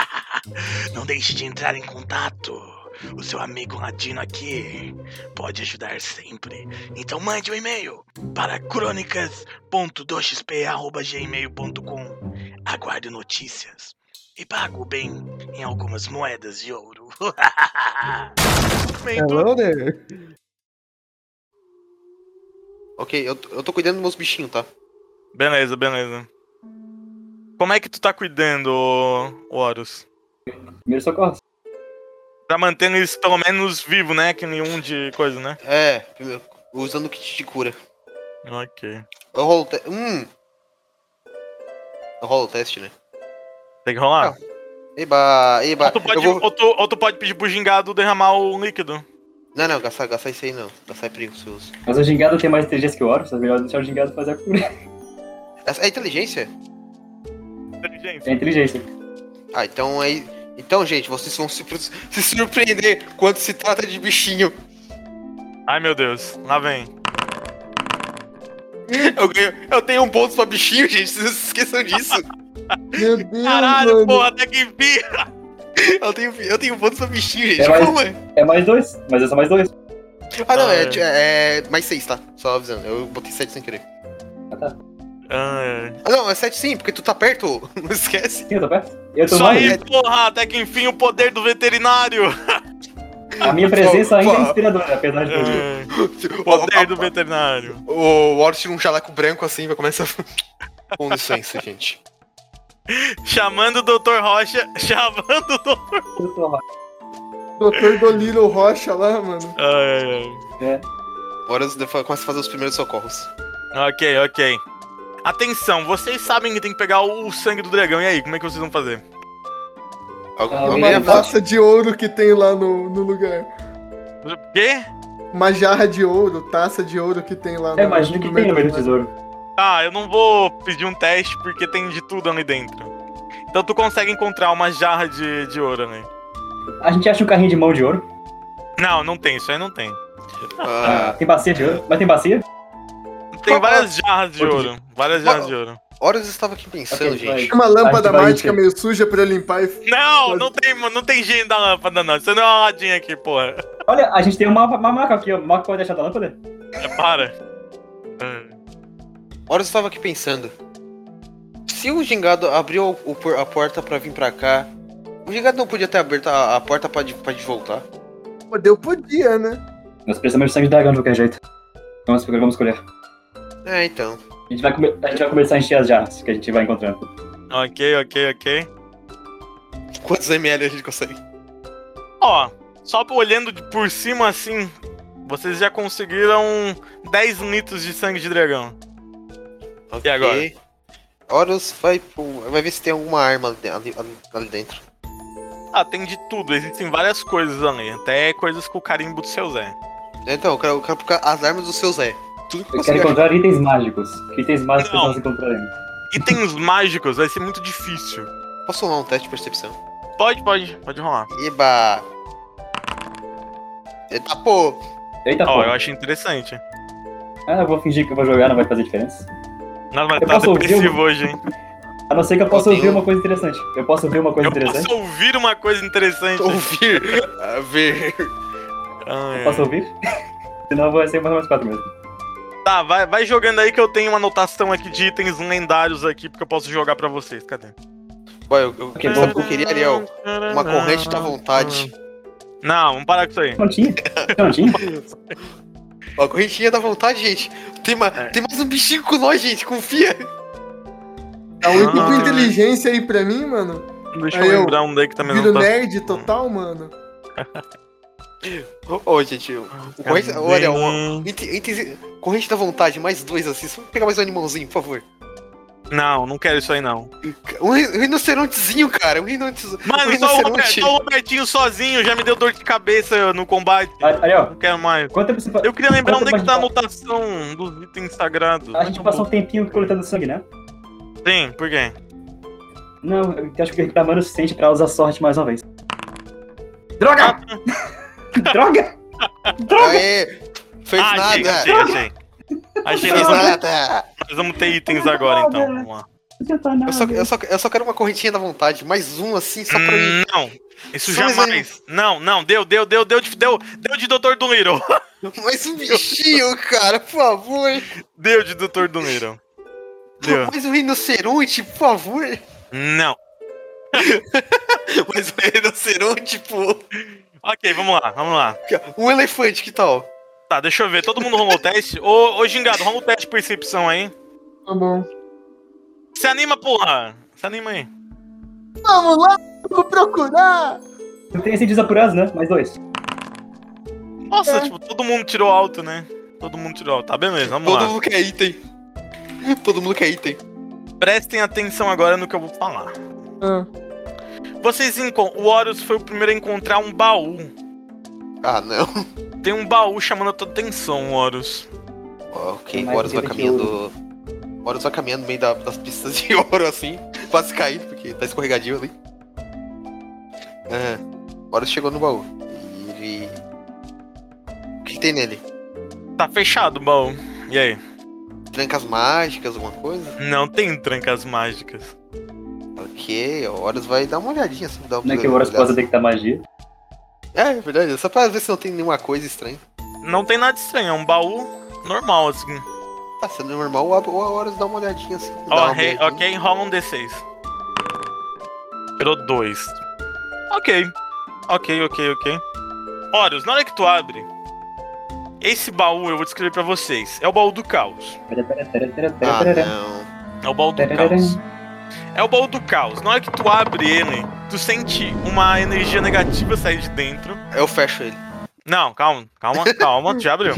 (laughs) Não deixe de entrar em contato. O seu amigo Ladino aqui pode ajudar sempre. Então mande um e-mail para crônicas.2xp.gmail.com aguardo notícias e pago bem em algumas moedas de ouro. Momento. Hello there! Ok, eu, tô- eu tô cuidando dos meus bichinhos, tá? Beleza, beleza. Como é que tu tá cuidando, ô- ô Horus? Primeiro socorro. Pra manter eles pelo menos vivos, né? Que nenhum de coisa, né? É, primeiro, usando o kit de cura. Ok. Eu rolo o teste. Hum. Eu rolo o teste, né? Tem que rolar. Eba, eba. ou, tu Eu pode, vou... ou, tu, ou tu pode pedir pro gingado derramar o líquido. Não, não, gastar, gastar isso aí não. Gastar é preguiçoso. Mas o gingado tem mais TGs que o Horus, é melhor deixar o gingado fazer a cura. Essa- É inteligência? Inteligência. É inteligência. Ah, então aí. Então, gente, vocês vão se, se surpreender quando se trata de bichinho. Ai meu Deus, lá vem. Eu, ganho- eu tenho um ponto pra bichinho, gente. Vocês não se esqueçam disso. Meu Deus, Caralho, mano. porra, até que enfim. Eu tenho, eu tenho um ponto pra bichinho, gente. É, mas- Como é? É mais dois, mas é só mais dois. Ah, não, Ah, é, é. é, é mais seis, tá? Só avisando. Eu botei sete sem querer. Ai. Ah, não, é sete sim, porque tu tá perto. (laughs) Não esquece. Sim, eu tô perto. Eu tô Isso mal. aí, porra, até que enfim o poder do veterinário. A minha presença ainda é Pô, pô. inspiradora, apesar de tudo. Ai, Poder do O, veterinário. o, o Horus tira um jaleco branco assim vai começar. a- (laughs) Com licença, gente. Chamando o Dr. Rocha, (laughs) chamando o Dr. Eu tô mal. Doutor Doliro Rocha lá, mano. Ai, Horus defa- começa a fazer os primeiros socorros. ai. Ok, ok. Atenção, vocês sabem que tem que pegar o sangue do dragão. E aí, como é que vocês vão fazer? Algum, Ah, alguém Uma é beleza. fácil. taça de ouro que tem lá no, no lugar. O quê? Uma jarra de ouro, taça de ouro que tem lá Eu imagino É, que tem no meio do tesouro. Ah, eu não vou pedir um teste porque tem de tudo ali dentro. Então tu consegue encontrar uma jarra de, de ouro ali. A gente acha um carrinho de mão de ouro. Não, não tem, isso aí não tem. Ah, Tem bacia de ouro. Mas tem bacia? Tem várias jarras de ouro. Várias jarras de ouro. Horus estava aqui pensando, Ok, gente. Uma A lâmpada gente vai mágica encher. meio suja pra eu limpar e. Não, não tem, não tem gênio da lâmpada, não. Isso não é uma ladinha aqui, porra. Olha, a gente tem uma, uma maca aqui, ó. Maca pode deixar da lâmpada? É, para. Hum. Horus estava aqui pensando. Se o gingado abriu o- o por- a porta pra vir pra cá, o gingado não podia ter aberto a, a porta pra de, pra de voltar. Pô, eu podia, né? Nós precisamos de sangue de dragão de qualquer jeito. Vamos, pegar- vamos escolher. É, então. (laughs) A gente, vai come- a gente vai começar a encher as jarras que a gente vai encontrando. Ok, ok, ok. Quantos ml a gente consegue? Ó, só por- olhando de por cima assim, vocês já conseguiram 10 litros de sangue de dragão. Ok. agora? Horus vai, pro- vai ver se tem alguma arma ali, ali- ali- ali dentro. Ah, tem de tudo, existem várias coisas ali. Até coisas com o carimbo é. do seu Zé. Então, eu quero, eu quero procurar as armas do seu Zé. Tudo que Eu quero conseguir. achar. encontrar itens mágicos. Que itens mágicos Não. nós encontraremos? Itens mágicos vai ser muito difícil. Posso rolar um teste de percepção? Pode, pode, pode rolar. Eba! Eita, pô! Eita Ó, eu porra. achei interessante. Ah, eu vou fingir que eu vou jogar, não vai fazer diferença. Nós vai Eu estar posso ouvir tá depressivo hoje, hein? A não ser que eu possa Eu ouvir tenho- uma coisa interessante. Eu posso ouvir uma coisa Eu interessante? posso ouvir uma coisa interessante. (laughs) Ouvir! Ah, ver! Ah, é. Posso ouvir? (laughs) Senão eu vou ser mais quatro mesmo. Tá, vai, vai jogando aí que eu tenho uma anotação aqui de itens lendários aqui, porque eu posso jogar pra vocês. Cadê? Boy, eu, eu, Ok, sabe o bom. que eu queria, Ariel? Uma corrente da vontade. Não, vamos parar com isso aí. Não tinha? Não tinha? Uma correntinha da vontade, gente. Tem, ma tem mais um bichinho com nós, gente. Confia. Dá um item Ah, com tem- inteligência aí pra mim, mano. Deixa Aí eu eu lembrar um daí que também Viro não tá. nerd total, mano. Ô, ô, gente. o- O corrente, Cadê? olha, uma, ite- itens- corrente da vontade, mais dois assim. Só pegar mais um animalzinho, por favor. Não, não quero isso aí não. Um ri- um rinocerontezinho, cara. Um rinoceronte. um Mano, só o, Robert- rinoceronte. só o Robertinho sozinho já me deu dor de cabeça no combate. Ah, Ariel, Não quero mais. quanto tempo você fa- Eu queria lembrar Conta onde é que pra tá a anotação dos itens sagrados. A gente passou um tempinho coletando sangue, né? Sim, por quê? Não, eu acho que reclamando o tá suficiente pra usar sorte mais uma vez. Droga! Droga! Aê, fez Ah, nada. achei, achei, achei. (laughs) Achei Fez nós, nada. nós vamos ter itens agora então. Vamos lá. Não adianta nada. Eu só, eu, só, eu só quero uma correntinha da vontade. Mais um assim, só pra mim. Hum, Não, isso Só um mais jamais. Não, não, deu, deu, deu, deu de, deu, deu de Doutor Duniro. (laughs) Mais um bichinho, cara, por favor. (laughs) Deu de Doutor Duniro. Deu. Mais um rinoceronte, por favor. Não. Mais um rinoceronte, pô. Ok, vamos lá, vamos lá. Um elefante, que tal? Tá, deixa eu ver. Todo mundo rolou o teste? Ô, ô Gingado, rola o teste de percepção aí. Tá bom. Se anima, porra. Se anima aí. Vamos lá! Vamos procurar! Eu tenho esse desapurados, né? Mais dois. Tá. Nossa, tipo, todo mundo tirou alto, né? Todo mundo tirou alto. Tá, beleza, vamos Todo lá. mundo quer item. Todo mundo quer item. Prestem atenção agora no que eu vou falar. Ah, Vocês encon... O Horus foi o primeiro a encontrar um baú. Ah, não. Tem um baú chamando a tua atenção, Horus. Ok, Mais o Horus vai vida que caminhando. O Horus vai caminhando no meio da- das pistas de (laughs) ouro assim, quase caindo, porque tá escorregadio ali. Ah, o Horus chegou no baú. E ele. O que, que tem nele? Tá fechado o baú. E aí? Trancas mágicas, alguma coisa? Não tem trancas mágicas. Ok, o Horus vai dar uma olhadinha sobre dar uma Não é que agora você pode detectar magia. É, é verdade, só pra ver se não tem nenhuma coisa estranha. Não tem nada estranho, é um baú normal, assim. Ah, sendo normal, o o Horus dá uma olhadinha assim. dá Ó, uma re- olhadinha. ok, rola um D6. Tirou dois. Ok. Ok, ok, ok. Horus, na hora que tu abre, esse baú eu vou descrever pra vocês. É o baú do caos. Pera, pera, pera, pera, pera, Ah, pera. É não. o baú do Tararara. caos. É o baú do caos. Na hora que tu abre ele, tu sente uma energia negativa sair de dentro. Eu fecho ele. Não, calma, calma, calma, tu já abriu.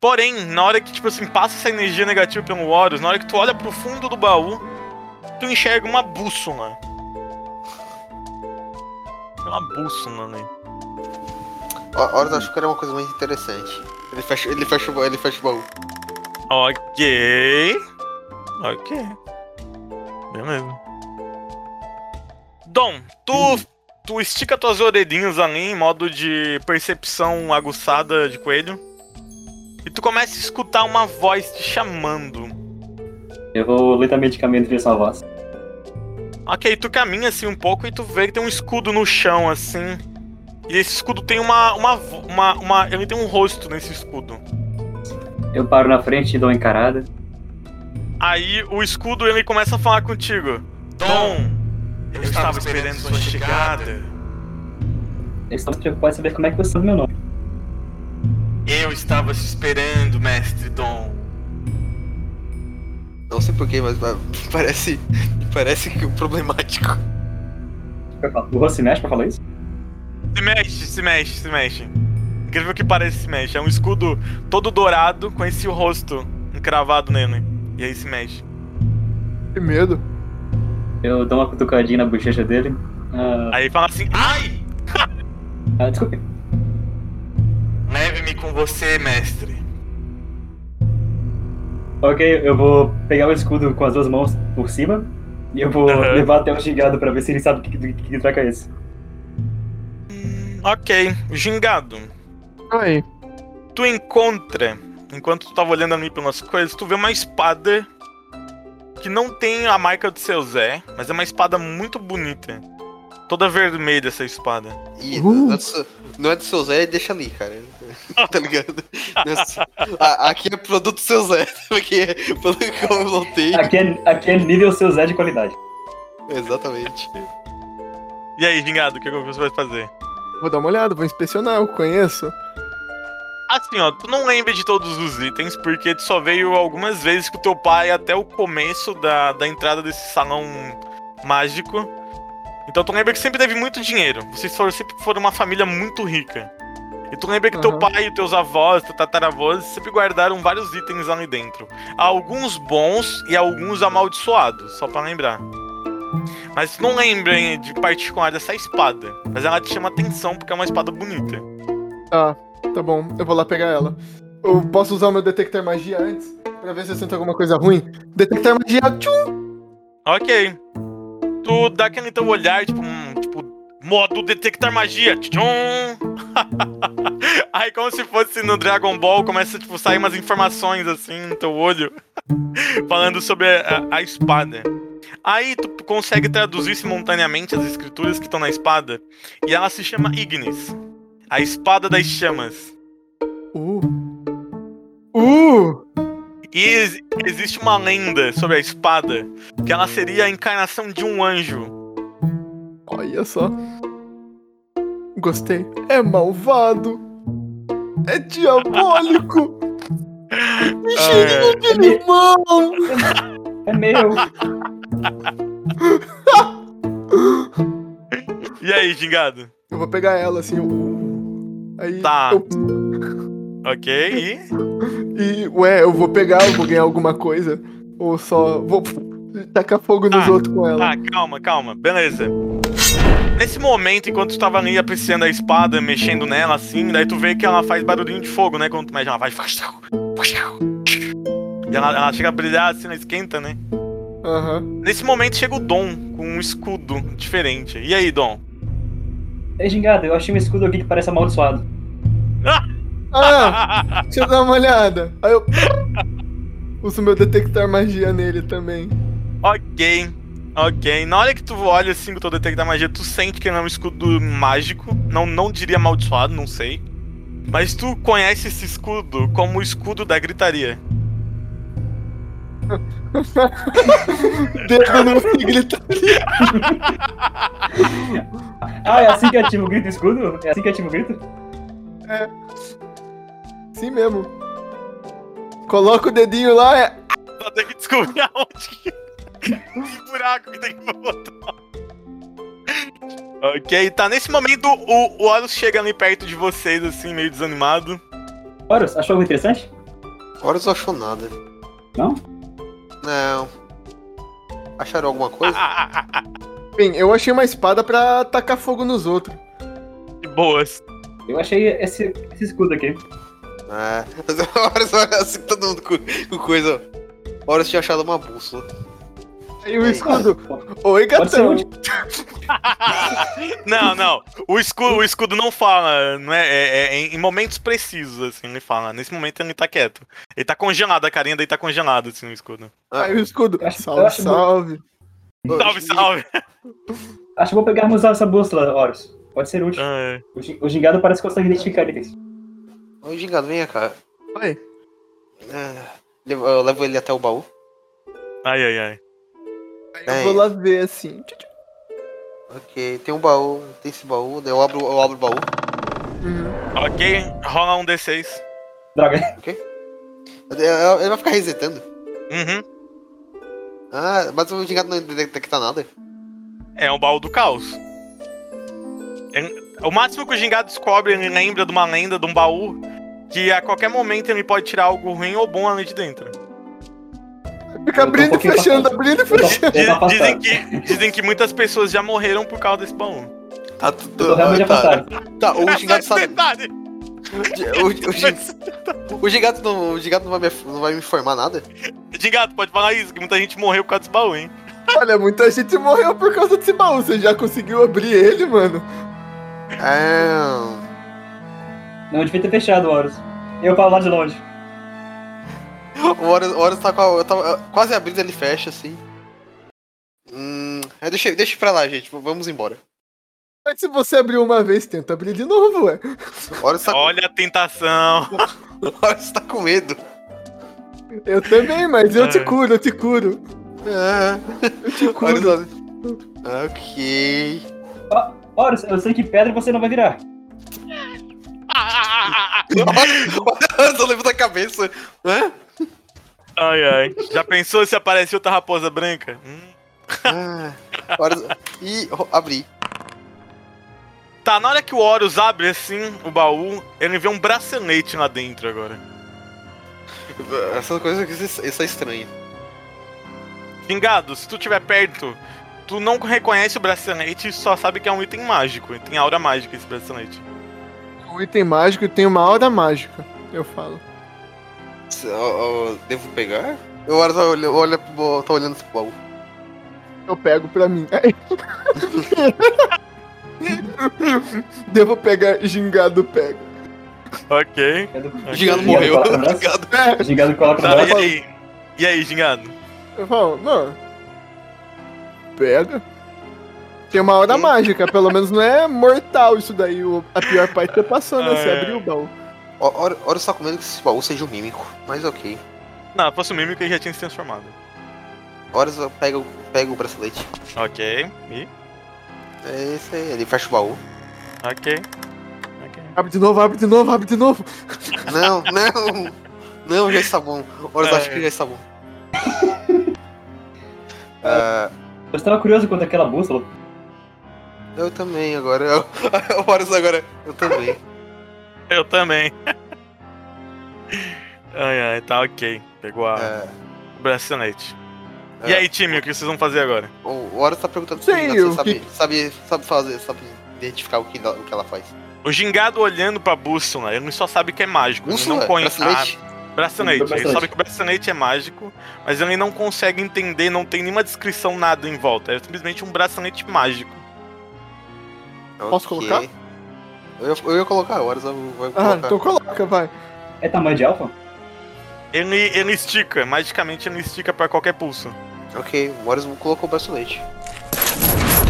Porém, na hora que, tipo assim, passa essa energia negativa pelo Horus, na hora que tu olha pro fundo do baú, tu enxerga uma bússola. Tem Uma bússola, né? O Horus achou que era uma coisa mais interessante. Ele fecha, ele fecha, o ba- ele fecha o baú. Ok. Ok. Beleza. Dom, tu, tu estica tuas orelhinhas ali em modo de percepção aguçada de coelho. E tu começa a escutar uma voz te chamando. Eu vou lentamente caminhando em direção à voz. Ok, tu caminha assim um pouco e tu vê que tem um escudo no chão, assim. E esse escudo tem uma. uma, vo- uma, uma- ele tem um rosto nesse escudo. Eu paro na frente e dou uma encarada. Aí o escudo ele começa a falar contigo. Dom, eu estava esperando sua chegada. Eles estão preocupados em saber como é que você sabe meu nome. Eu estava te esperando, mestre Dom. Não sei porquê, mas mas me (laughs) parece. me parece que o problemático. Eu falo, O rosto se mexe pra falar isso? Se mexe, se mexe, se mexe. Incrível que pareça, se mexe. É um escudo todo dourado com esse rosto encravado nele. E aí se mexe. que medo. Eu dou uma cutucadinha na bochecha dele. Ah, Aí fala assim: Ai! ah, desculpe. Leve-me com você, mestre. Ok, eu vou pegar o escudo com as duas mãos por cima. E eu vou Aham. levar até o gigado pra ver se ele sabe que, que, que traca é esse. Ok, gingado. Aí. tu encontra, enquanto tu tava olhando ali pelas coisas, tu vê uma espada que não tem a marca do seu Zé, mas é uma espada muito bonita. Toda vermelha essa espada. E Uh. não, é do seu, não é do seu Zé, deixa ali, cara. (laughs) tá ligado? Não é do seu- a- aqui é produto do seu Zé, (laughs) porque é pelo que eu voltei. Aqui é, aqui é nível seu Zé de qualidade. Exatamente. E aí, gingado, o que que você vai fazer? Vou dar uma olhada, vou inspecionar, eu conheço. Assim, ó, tu não lembra de todos os itens, porque tu só veio algumas vezes com teu pai até o começo da, da entrada desse salão mágico. Então tu lembra que sempre teve muito dinheiro. Vocês foram, sempre foram uma família muito rica. E tu lembra que teu Aham. pai e teus avós, teus tataravós, sempre guardaram vários itens ali dentro. Alguns bons e alguns amaldiçoados, só pra lembrar. Mas tu não lembra hein, de particular dessa espada. Mas ela te chama atenção porque é uma espada bonita. Tá, tá bom, eu vou lá pegar ela. Eu posso usar o meu detectar magia antes? Pra ver se eu sinto alguma coisa ruim? Detectar magia, tchum! Ok. Tu dá aquele teu olhar, tipo, hum, tipo, modo detectar magia. Tchum! (laughs) Aí como se fosse no Dragon Ball, começa tipo, sair umas informações assim no teu olho. (laughs) falando sobre a, a espada. Aí tu consegue traduzir simultaneamente as escrituras que estão na espada. E ela se chama Ignis. A espada das chamas. Uh! Uh! E ex- existe uma lenda sobre a espada que ela seria a encarnação de um anjo. Olha só. Gostei. É malvado. É (laughs) diabólico. Me É. cheirinho de limão. É meu. aí, gingado? Eu vou pegar ela, assim, eu... Aí, Tá. eu- Ok, e. e, ué, eu vou pegar, eu vou ganhar alguma coisa, ou só vou tacar fogo nos Ah, outros com ela. Tá, calma, calma. Beleza. Nesse momento, enquanto tu tava ali apreciando a espada, mexendo nela assim, daí tu vê que ela faz barulhinho de fogo, né? Quando tu mexe, ela faz. E ela, ela chega a brilhar assim, ela esquenta, né? Aham. Nesse momento chega o Dom com um escudo diferente. E aí, Dom? (laughs) Ei, gingado, eu achei um escudo aqui que parece amaldiçoado. Ah, deixa eu dar uma olhada. (laughs) Aí eu... Uso meu detectar magia nele também. Ok, ok. Na hora que tu olha assim com o teu detectar magia, tu sente que ele é um escudo mágico. Não, não diria amaldiçoado, não sei. Mas tu conhece esse escudo como o escudo da gritaria. Dedo no tá grita. Ah, é assim que ativa o grito do escudo? É assim que ativa o grito? Sim mesmo. Coloca o dedinho lá, é... Só tem (laughs) que descobrir aonde que... (laughs) que buraco que tem que botar. Ok, tá. Nesse momento, o, o Horus chega ali perto de vocês, assim, meio desanimado. (laughs) Horus, achou algo interessante? Horus não achou nada. Não? Não. Acharam alguma coisa? Ah, Bem, eu achei uma espada pra tacar fogo nos outros. ah, De boas. Eu achei esse, esse escudo aqui. É. (laughs) Mas o Horus olha assim, todo mundo com, com coisa. ó. Horus tinha achado uma bússola. Aí o escudo. Oi, Pode ser gatão. útil. Não, não. O escudo, o escudo não fala, não é, é- é em momentos precisos, assim, ele fala. Nesse momento ele tá quieto. Ele tá congelado, a carinha dele tá congelado, assim, o escudo. Aí o escudo. Eu acho- eu Salve, acho bom. salve. Salve, salve! Acho que vou pegarmos essa bússola, Horus. Pode ser útil. Ah, O gi- O gingado parece que consegue identificar itens. Ô, gingado, vem cá. Oi. É, levo- Eu levo ele até o baú. Ai, ai, ai. Aí eu Bem, vou lá ver assim. Ok, tem um baú, tem esse baú, daí eu abro, eu abro o baú. Hum. Uhum. Ok, rola um D6. Droga. É, Ele vai ficar resetando. Uhum. Ah, mas o gingado não detecta nada. É um baú do caos. É- O máximo que o gingado descobre, ele lembra de uma lenda, de um baú, que a qualquer momento ele pode tirar algo ruim ou bom ali de dentro. Fica Eu tô um abrindo e pouquinho fechando, afastado. abrindo e (laughs) Eu tô, fechando. eu tô tá Diz- dizem, afastado. que, dizem que muitas pessoas já morreram por causa desse baú. Tá tudo. Eu tô realmente ah, tá, afastado. Tá, o (laughs) Essa gingado é sabe. verdade. O, o, o, o gingado, não, o gingado não, vai me, não vai me informar nada? Gingado, pode falar isso, que muita gente morreu por causa desse baú, hein? Olha, muita gente morreu por causa desse baú. Você já conseguiu abrir ele, mano? Ah. Não, eu devia ter fechado, Horus. Eu falo lá de longe. O Horus, o Horus tá com a, eu tava quase abrindo, ele fecha assim. Hum. é, Deixa, deixa pra lá, gente. v- Vamos embora. Mas se você abriu uma vez, tenta abrir de novo, ué. O Horus tá, (laughs) com- Olha a tentação. (laughs) o Horus tá com medo. Eu também, mas eu te Ai. curo, eu te curo. Ah, Eu te o Horus curo. olha- Ok. (laughs) Horus, eu sei que pedra você não vai virar. O Horus não levanta a cabeça. Hã? Ai, ai. Já pensou se aparece outra raposa branca? Hum. Ah, Horus. Ih, ro- abri. Tá, na hora que o Horus abre assim o baú, ele vê um bracelete lá dentro agora. Essas coisas que isso é estranho. Gingado, se tu estiver perto, tu não reconhece o bracelete e só sabe que é um item mágico. Tem aura mágica esse bracelete. Um item mágico tem uma aura mágica, eu falo. Se- ó, ó, devo pegar? O Horus olha, olha pro baú- tá olhando pro baú. Eu pego pra mim. É Devo pegar gingado pega. Ok. O gigado Gingado morreu. (laughs) coloca no braço? Gigado. É, O gingado coloca no Tá, braço. e aí? E aí, gingado? Eu falo, não. Pega. Tem uma aura mágica, pelo menos não é mortal isso daí. o- A pior parte é passando, né? Você Ai, abriu o baú. Ó, Hor- Horus tá com medo que esse baú seja um mímico, mas ok. Não, fosse o mímico ele já tinha se transformado. Horus pega, o- pega o bracelete. Ok. E? É isso aí, ele fecha o baú. Ok. Ok. Abre de novo, abre de novo, abre de novo. (laughs) Não, não! Não, já está bom. Horus É. acha que já está bom. Ah, Eu estava curioso quanto aquela bússola. Eu também, agora. (laughs) Eu, o Horus agora. Eu também. Eu também. (laughs) ai, ai, tá ok. Pegou a É, bracelete. é. E aí, time, o que vocês vão fazer agora? O o Horus tá perguntando Sim, se eu você sabe, sabe, sabe fazer, sabe identificar o que, ela- o que ela faz. O gingado olhando pra bússola, ele só sabe que é mágico. ele Úrsula? não põe Bracelete? Ah, bracelete. Ele Bracelete. sabe que o bracelete é mágico, mas ele não consegue entender, não tem nenhuma descrição, nada em volta. É simplesmente um bracelete mágico. Posso Ok. colocar? Eu, ia- eu ia colocar, o Horus vai vai Ah, colocar. então coloca, vai. É tamanho de alfa? Ele, ele estica, magicamente ele estica pra qualquer pulso. Ok, o Horus colocou o bracelete.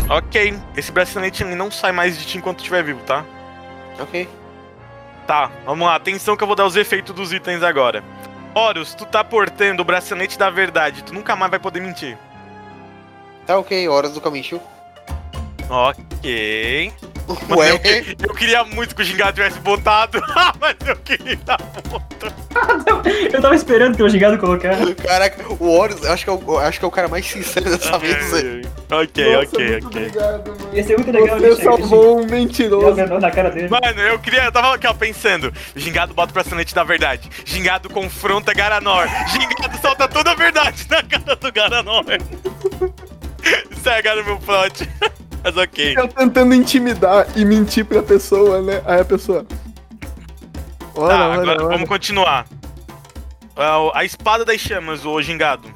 Ok, esse bracelete ele não sai mais de ti enquanto estiver vivo, tá? Ok. Tá, vamos lá, atenção que eu vou dar os efeitos dos itens agora. Horus, tu tá portando o bracelete da verdade, tu nunca mais vai poder mentir. Tá ok, Horus do Kaminshu. Ok. (laughs) Ué, Eu queria muito que o gingado tivesse botado, (laughs) mas eu queria. Eu tava esperando que o gigado colocar. caraca, o Horus, eu acho que é o, eu acho que é o cara mais sincero dessa mesa. ok, Nossa, ok, muito ok. Obrigado, mano. Ia ser muito legal ele Você chegar assim, salvou um e jogar o mentiroso. menor na cara dele. Mano, eu queria. Eu tava aqui, ó, pensando. Gingado bota o bracelete da verdade. Gingado confronta Garanor. Gingado solta toda a verdade na cara do Garanor. (laughs) Isso é agora meu plot. (laughs) Mas ok. Eu tentando intimidar e mentir pra pessoa, né? Aí a pessoa. Olha, Tá, olha, agora olha. vamos continuar. Ah, o- A espada das chamas, o gingado.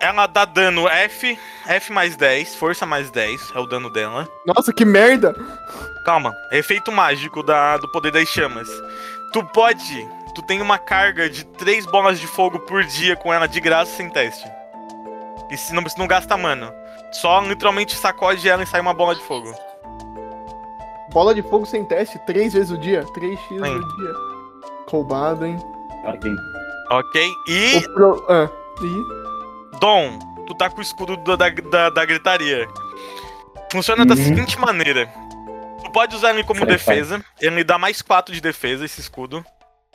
Ela dá dano F, F mais 10, força mais 10, é o dano dela. Nossa, que merda! Calma, é efeito mágico da, do poder das chamas. Tu pode, tu tem uma carga de três bolas de fogo por dia com ela de graça sem teste. E se não, se não gasta mana. Só literalmente sacode ela e sai uma bola de fogo. Bola de fogo sem teste, três vezes o dia. 3x o Sim. dia. Roubado, hein? Cara, que Ok? E, O pro... ah, e... Dom, tu tá com o escudo da, da, da, da gritaria. Funciona da Uhum. seguinte maneira: tu pode usar ele como Certo. defesa, ele dá mais 4 de defesa, esse escudo.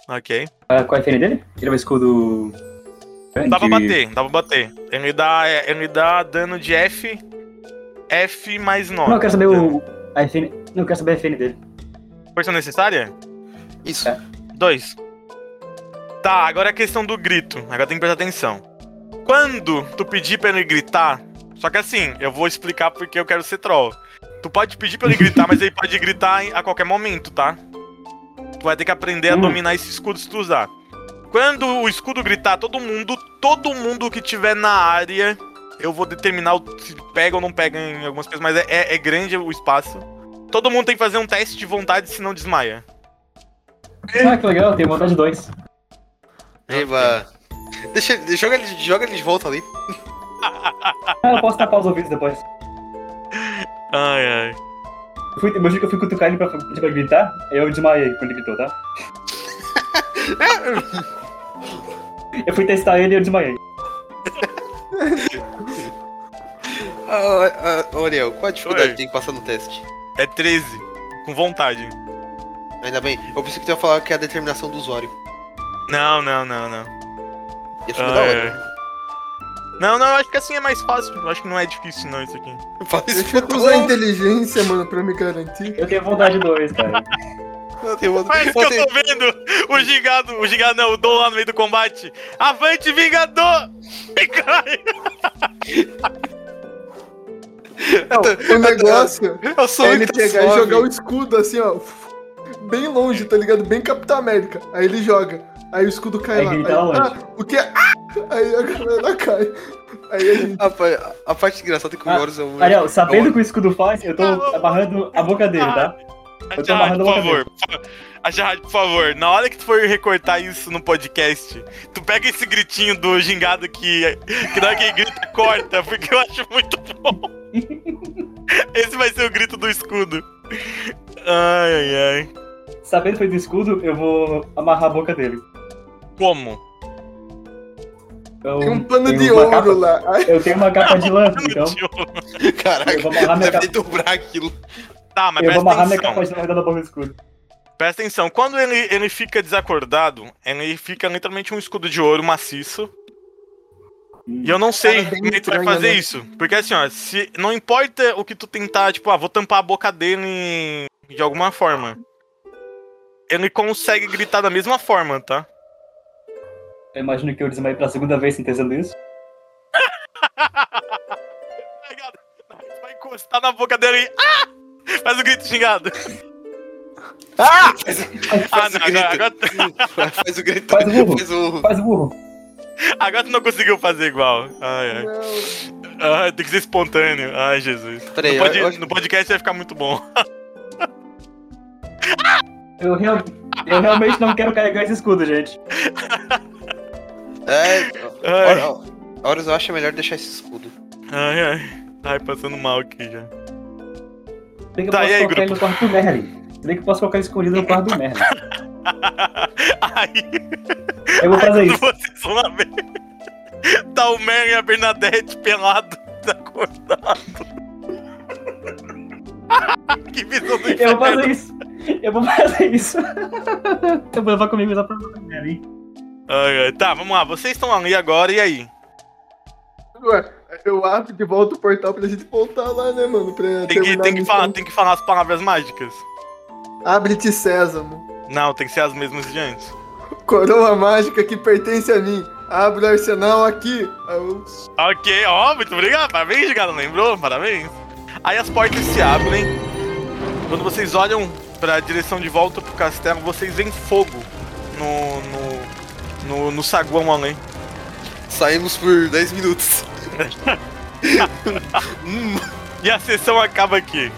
Ok? Ah, Qual é a FN dele? Ele é o escudo. Dá pra de- bater, dá pra bater. Ele dá, é, ele dá dano de F. F mais 9. Não, eu quero saber o. A FN... Não, eu quero saber a FN dele. Força necessária? Isso. É. Dois. Tá, agora a questão do grito. Agora tem que prestar atenção. Quando tu pedir pra ele gritar. Só que assim, eu vou explicar porque eu quero ser troll. Tu pode pedir pra ele gritar, mas ele pode gritar em- a qualquer momento, tá? Tu vai ter que aprender a Hum. dominar esse escudo se tu usar. Quando o escudo gritar todo mundo, todo mundo que tiver na área, eu vou determinar o- se pega ou não pega em algumas coisas, mas é- é- é grande o espaço. Todo mundo tem que fazer um teste de vontade, senão desmaia. Ah, que legal, tem vontade de dois. Eba. Deixa, ele- joga, ele, joga ele de volta ali. Ah, eu posso tapar os ouvidos depois. Ai, ai. Eu fui, imagina que eu fui cutucar ele pra, pra gritar, eu desmaiei quando ele gritou, tá? (laughs) eu fui testar ele e eu desmaiei. Ah, ah, Oriel, qual a dificuldade que tem que passar no teste? É 13. Com vontade. Ainda bem, eu pensei que tu ia falar que é a determinação do usuário. Não, não, não, não. Ia ficar da Ai, hora. ai. Não, não, eu acho que assim é mais fácil. Eu acho que não é difícil, não, isso aqui. (laughs) Faz isso Deixa um eu usar a inteligência, mano, pra me (laughs) garantir. Eu tenho vontade de dois, cara. Eu tenho outro. Mas que Só eu tem- tô vendo o gigado, o gigado não, o Dom lá no meio do combate. Avante, vingador! (laughs) E cai! Não, o negócio Eu sou é ele muito pegar e suave. jogar o escudo assim, ó. Bem longe, tá ligado? Bem Capitão América. Aí ele joga. Aí o escudo cai Aí lá. grita Aí, lá ah, o que? Ah! Aí a galera (laughs) cai. Aí a gente. A, pa- a parte engraçada é que o Ah, Horus é um. Ariel, sabendo o que o escudo faz, eu Tá tô amarrando a boca dele, tá? Ah. A Eu tô Jihad, amarrando por a favor. A Jihad, por favor, na hora que tu for recortar isso no podcast, tu pega esse gritinho do gingado que, que na hora que ele grita, corta, porque eu acho muito bom. (laughs) Esse vai ser o grito do escudo. Ai, ai, ai. Sabendo que foi do escudo, eu vou amarrar a boca dele. Como? Então, Eu Tem um pano tenho de uma ouro capa- lá. Aí, Eu tenho uma capa de lã, então eu Caraca, vou amarrar minha deve capa. dobrar (laughs) aquilo. Tá, mas Eu presta vou amarrar minha atenção. capa de lã da boca do escudo. Presta atenção. Quando ele, ele fica desacordado, ele fica literalmente um escudo de ouro maciço. Hum. E eu não sei Cara, bem como é que tu vai estranha, fazer né? isso. Porque assim, ó, se, não importa o que tu tentar, tipo, ah, vou tampar a boca dele de alguma forma. Ele consegue gritar da mesma forma, tá? Eu imagino que eu desmaiei pela segunda vez sem ter sido isso. Tá ligado? Vai encostar na boca dele e. Ah! Faz o grito xingado. Ah, Faz o não, agora, grito. agora, Faz o grito. Faz o burro. Faz o. Faz o burro. agora tu não conseguiu fazer igual. Ai, ai. Ai, tem que ser espontâneo. Ai, Jesus. Peraí, No, pod- eu- eu- no podcast vai ficar muito bom. Eu, real- eu realmente não quero carregar esse escudo, gente. É. Ai, Horus- Horus, eu acho melhor deixar esse escudo. ai, ai. Ai, passando mal aqui já. (laughs) Se bem que eu Tá, posso e aí, colocar ele no quarto do Merlin. Se bem que eu posso colocar ele escondido no quarto do (laughs) Merlin. Ai. Eu vou fazer É isso. Vocês vão lá ver. (laughs) Tá o Mary e a Bernadette pelado, desacordado. (laughs) que visão do Eu vou inferno. fazer isso. Eu vou fazer isso. (laughs) eu vou levar comigo lá pra Merlin. Ai, ai. Tá, vamos lá. Vocês estão ali agora, e aí? Ué, eu abro de volta o portal pra gente voltar lá, né, mano? Pra Tem que, terminar tem a que, missão. falar, tem que falar as palavras mágicas. Abre-te, Sésamo. Não, tem que ser as mesmas de antes. Coroa mágica que pertence a mim. Abre o arsenal aqui. Aí eu- Ok, ó, muito obrigado. Parabéns, cara, lembrou? Parabéns. Aí as portas se abrem. Quando vocês olham pra direção de volta pro castelo, vocês veem fogo no, no, no, no saguão além. Saímos por 10 minutos. Hum, E a sessão acaba aqui.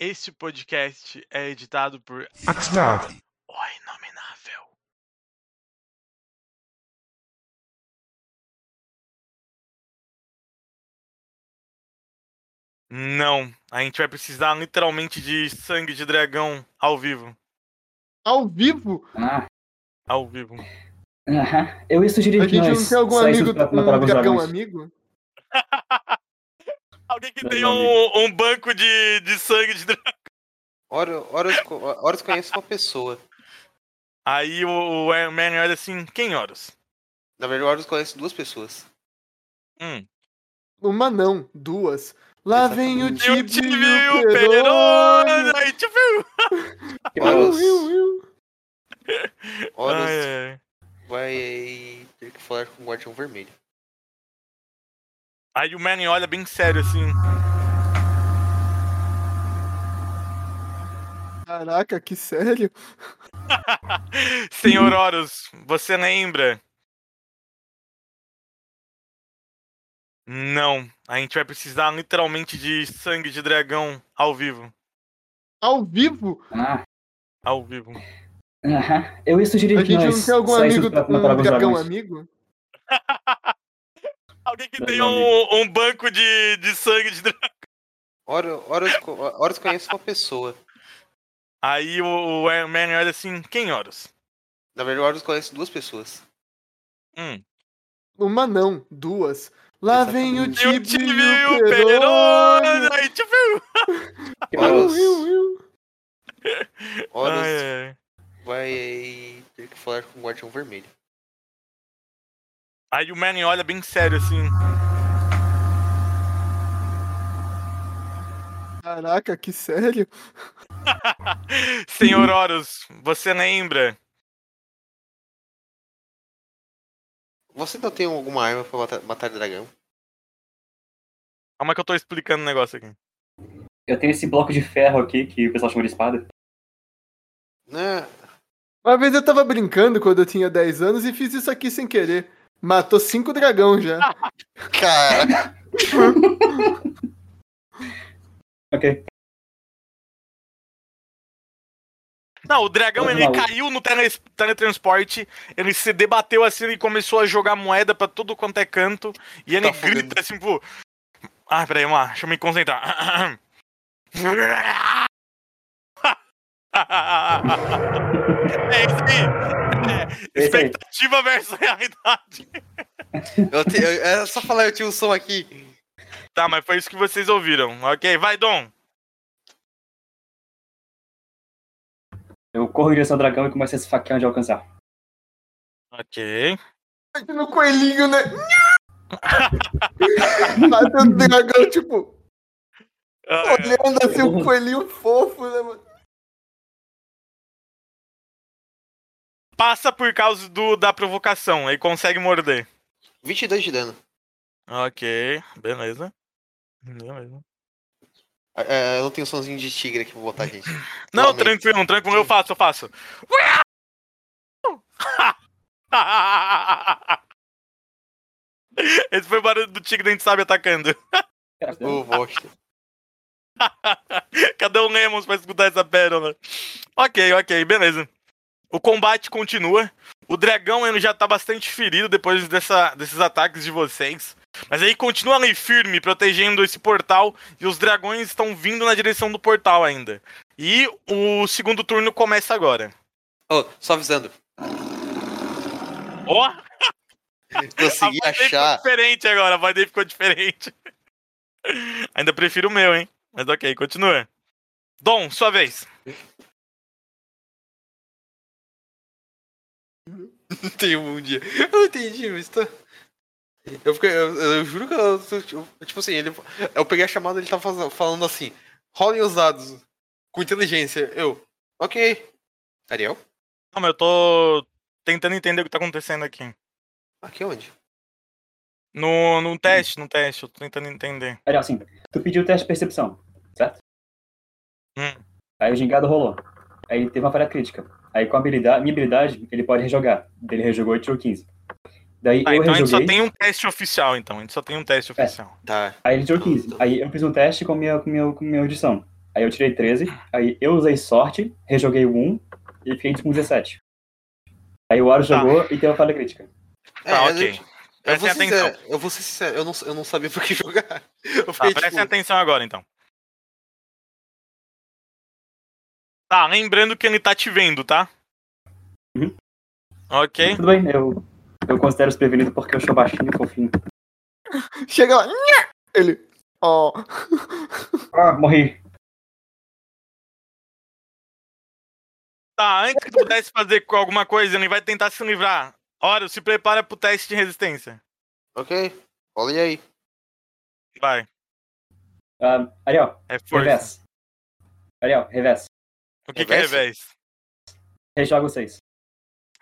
Este podcast é editado por O Inominável. Não, a gente vai precisar literalmente de sangue de dragão ao vivo. Ao vivo? Ah, Ao vivo. aham. eu ia sugerir A que gente nós não tem algum saíssemos amigo, pra matar um alguns dragão dragões. amigo? Alguém que Não, tem não, um, um banco de, de sangue de dragão. Horus, Horus co- Horus conhece uma pessoa. Aí o, o Iron Man olha assim, quem horas? Na verdade, Horus conhece duas pessoas. Hum. Uma não, duas. Lá vem o Eu Tibi tive e o o Peroni. Perona! Aí, tipo, Horus, Iu, iu, iu. Horus ai, ai. vai ter que falar com o Guardião Vermelho. Aí o Man olha bem sério assim. Caraca, que sério. Senhor Horus, você lembra? Não, a gente vai precisar literalmente de sangue de dragão ao vivo. Ao vivo? Ah, Ao vivo. aham. eu ia sugerir A que gente nós não tem algum saíssemos amigo, pra matar um alguns dragão dragões. amigo? Alguém que Não, tem não, um, um banco de, de sangue de dragão. Horus, Horus, co- Horus conhece uma pessoa. Aí o, o Iron Man olha assim, quem Horus? Na verdade, Horus conhece duas pessoas. Hum. Uma não, duas. Lá vem o Exatamente. Eu Tibi tive e o o Perona! Peroni. Aí, tipo, Horus, Iu, iu, iu. Horus ai, ai. vai ter que falar com o Guardião Vermelho. Aí o Manny olha bem sério assim. Caraca, que sério. Senhor Horus, você lembra? Você não tem alguma arma pra matar, matar dragão? Calma que eu tô explicando o negócio aqui. Eu tenho esse bloco de ferro aqui que o pessoal chama de espada. Né? Uma vez eu tava brincando quando eu tinha 10 anos e fiz isso aqui sem querer. Matou cinco dragão já. Cara, Ok. Não, o dragão Ô, ele maluco. caiu no tele- teletransporte, ele se debateu assim, ele começou a jogar moeda pra tudo quanto é canto, e Tá ele afogando. grita assim, pô. Ah, peraí, vamos lá, deixa eu me concentrar. (laughs) é isso aí. Esse aí. Expectativa versus realidade. Eu te- eu- é só falar, eu tinha um som aqui. Tá, mas foi isso que vocês ouviram. Ok, vai, Dom. Eu corro em direção ao dragão e começo a esfaquear onde eu alcançar. Ok. No coelhinho, né? (laughs) Bateu o dragão, tipo, Ah, olhando assim o coelhinho fofo, né, mano? passa por causa do, da provocação e consegue morder. 22 de dano. Ok, beleza. Beleza. É, eu não tenho somzinho de tigre aqui pra botar, (laughs) gente. Não, Lamento. tranquilo, tranquilo, eu faço, eu faço. (laughs) Esse foi o barulho do tigre, a gente sabe, atacando. Caraca, Ô, bosta. Cadê o Lemos pra escutar essa pérola? Ok, ok, beleza. O combate continua. O dragão ele já tá bastante ferido depois dessa- desses ataques de vocês. Mas aí continua ali firme, protegendo esse portal. E os dragões estão vindo na direção do portal ainda. E o segundo turno começa agora. Ô, só avisando. Ó, Consegui a voz dele ficou achar. diferente agora, a voz dele ficou diferente. (laughs) ainda prefiro o meu, hein? Mas ok, continua. Dom, sua vez. Não tenho um dia. Eu entendi, mas tá. Eu, fiquei, eu, eu juro que eu, eu- Tipo assim, ele, eu peguei a chamada ele tava faz- falando assim: rolem os dados. Com inteligência. Eu, ok. Ariel? Não, mas eu tô tentando entender o que tá acontecendo aqui. Aqui é onde? No, Hum. no teste, no teste, eu tô tentando entender. Ariel, assim, tu pediu o teste de percepção, certo? Hum. Aí o gingado rolou. Aí teve uma falha crítica. Aí com a habilidade, minha habilidade, ele pode rejogar. Ele rejogou e tirou 15. Daí Tá, eu então a gente só rejoguei, É. tem um teste oficial, então. A gente só tem um teste oficial. Tá. aí ele tirou 15. Aí eu fiz um teste com minha, com minha, com minha audição. Aí eu tirei 13, aí eu usei sorte, rejoguei o 1 e fiquei com 17. Aí o Aro Tá. jogou e teve uma falha crítica. Tá, É, É, eu- ok. Eu, vou Prestem ser atenção. sincero, eu vou ser sincero, eu não, eu não sabia pra que jogar. (laughs) Eu Tá, fiquei prestem tipo, atenção agora, então. Tá, lembrando que ele tá te vendo, tá? Uhum. Ok. Tudo bem, eu, eu considero os prevenido porque eu sou baixinho e fofinho. Chega lá, nha! ele, ó, Ah, morri. Tá, antes que tu pudesse fazer co- alguma coisa, ele vai tentar se livrar. Ora, se prepara pro teste de resistência. ok, olha aí. Vai. Ah, Ariel, É força. Revés. Ariel, revés. O que, que é Reverso? revés? Rejoga o 6.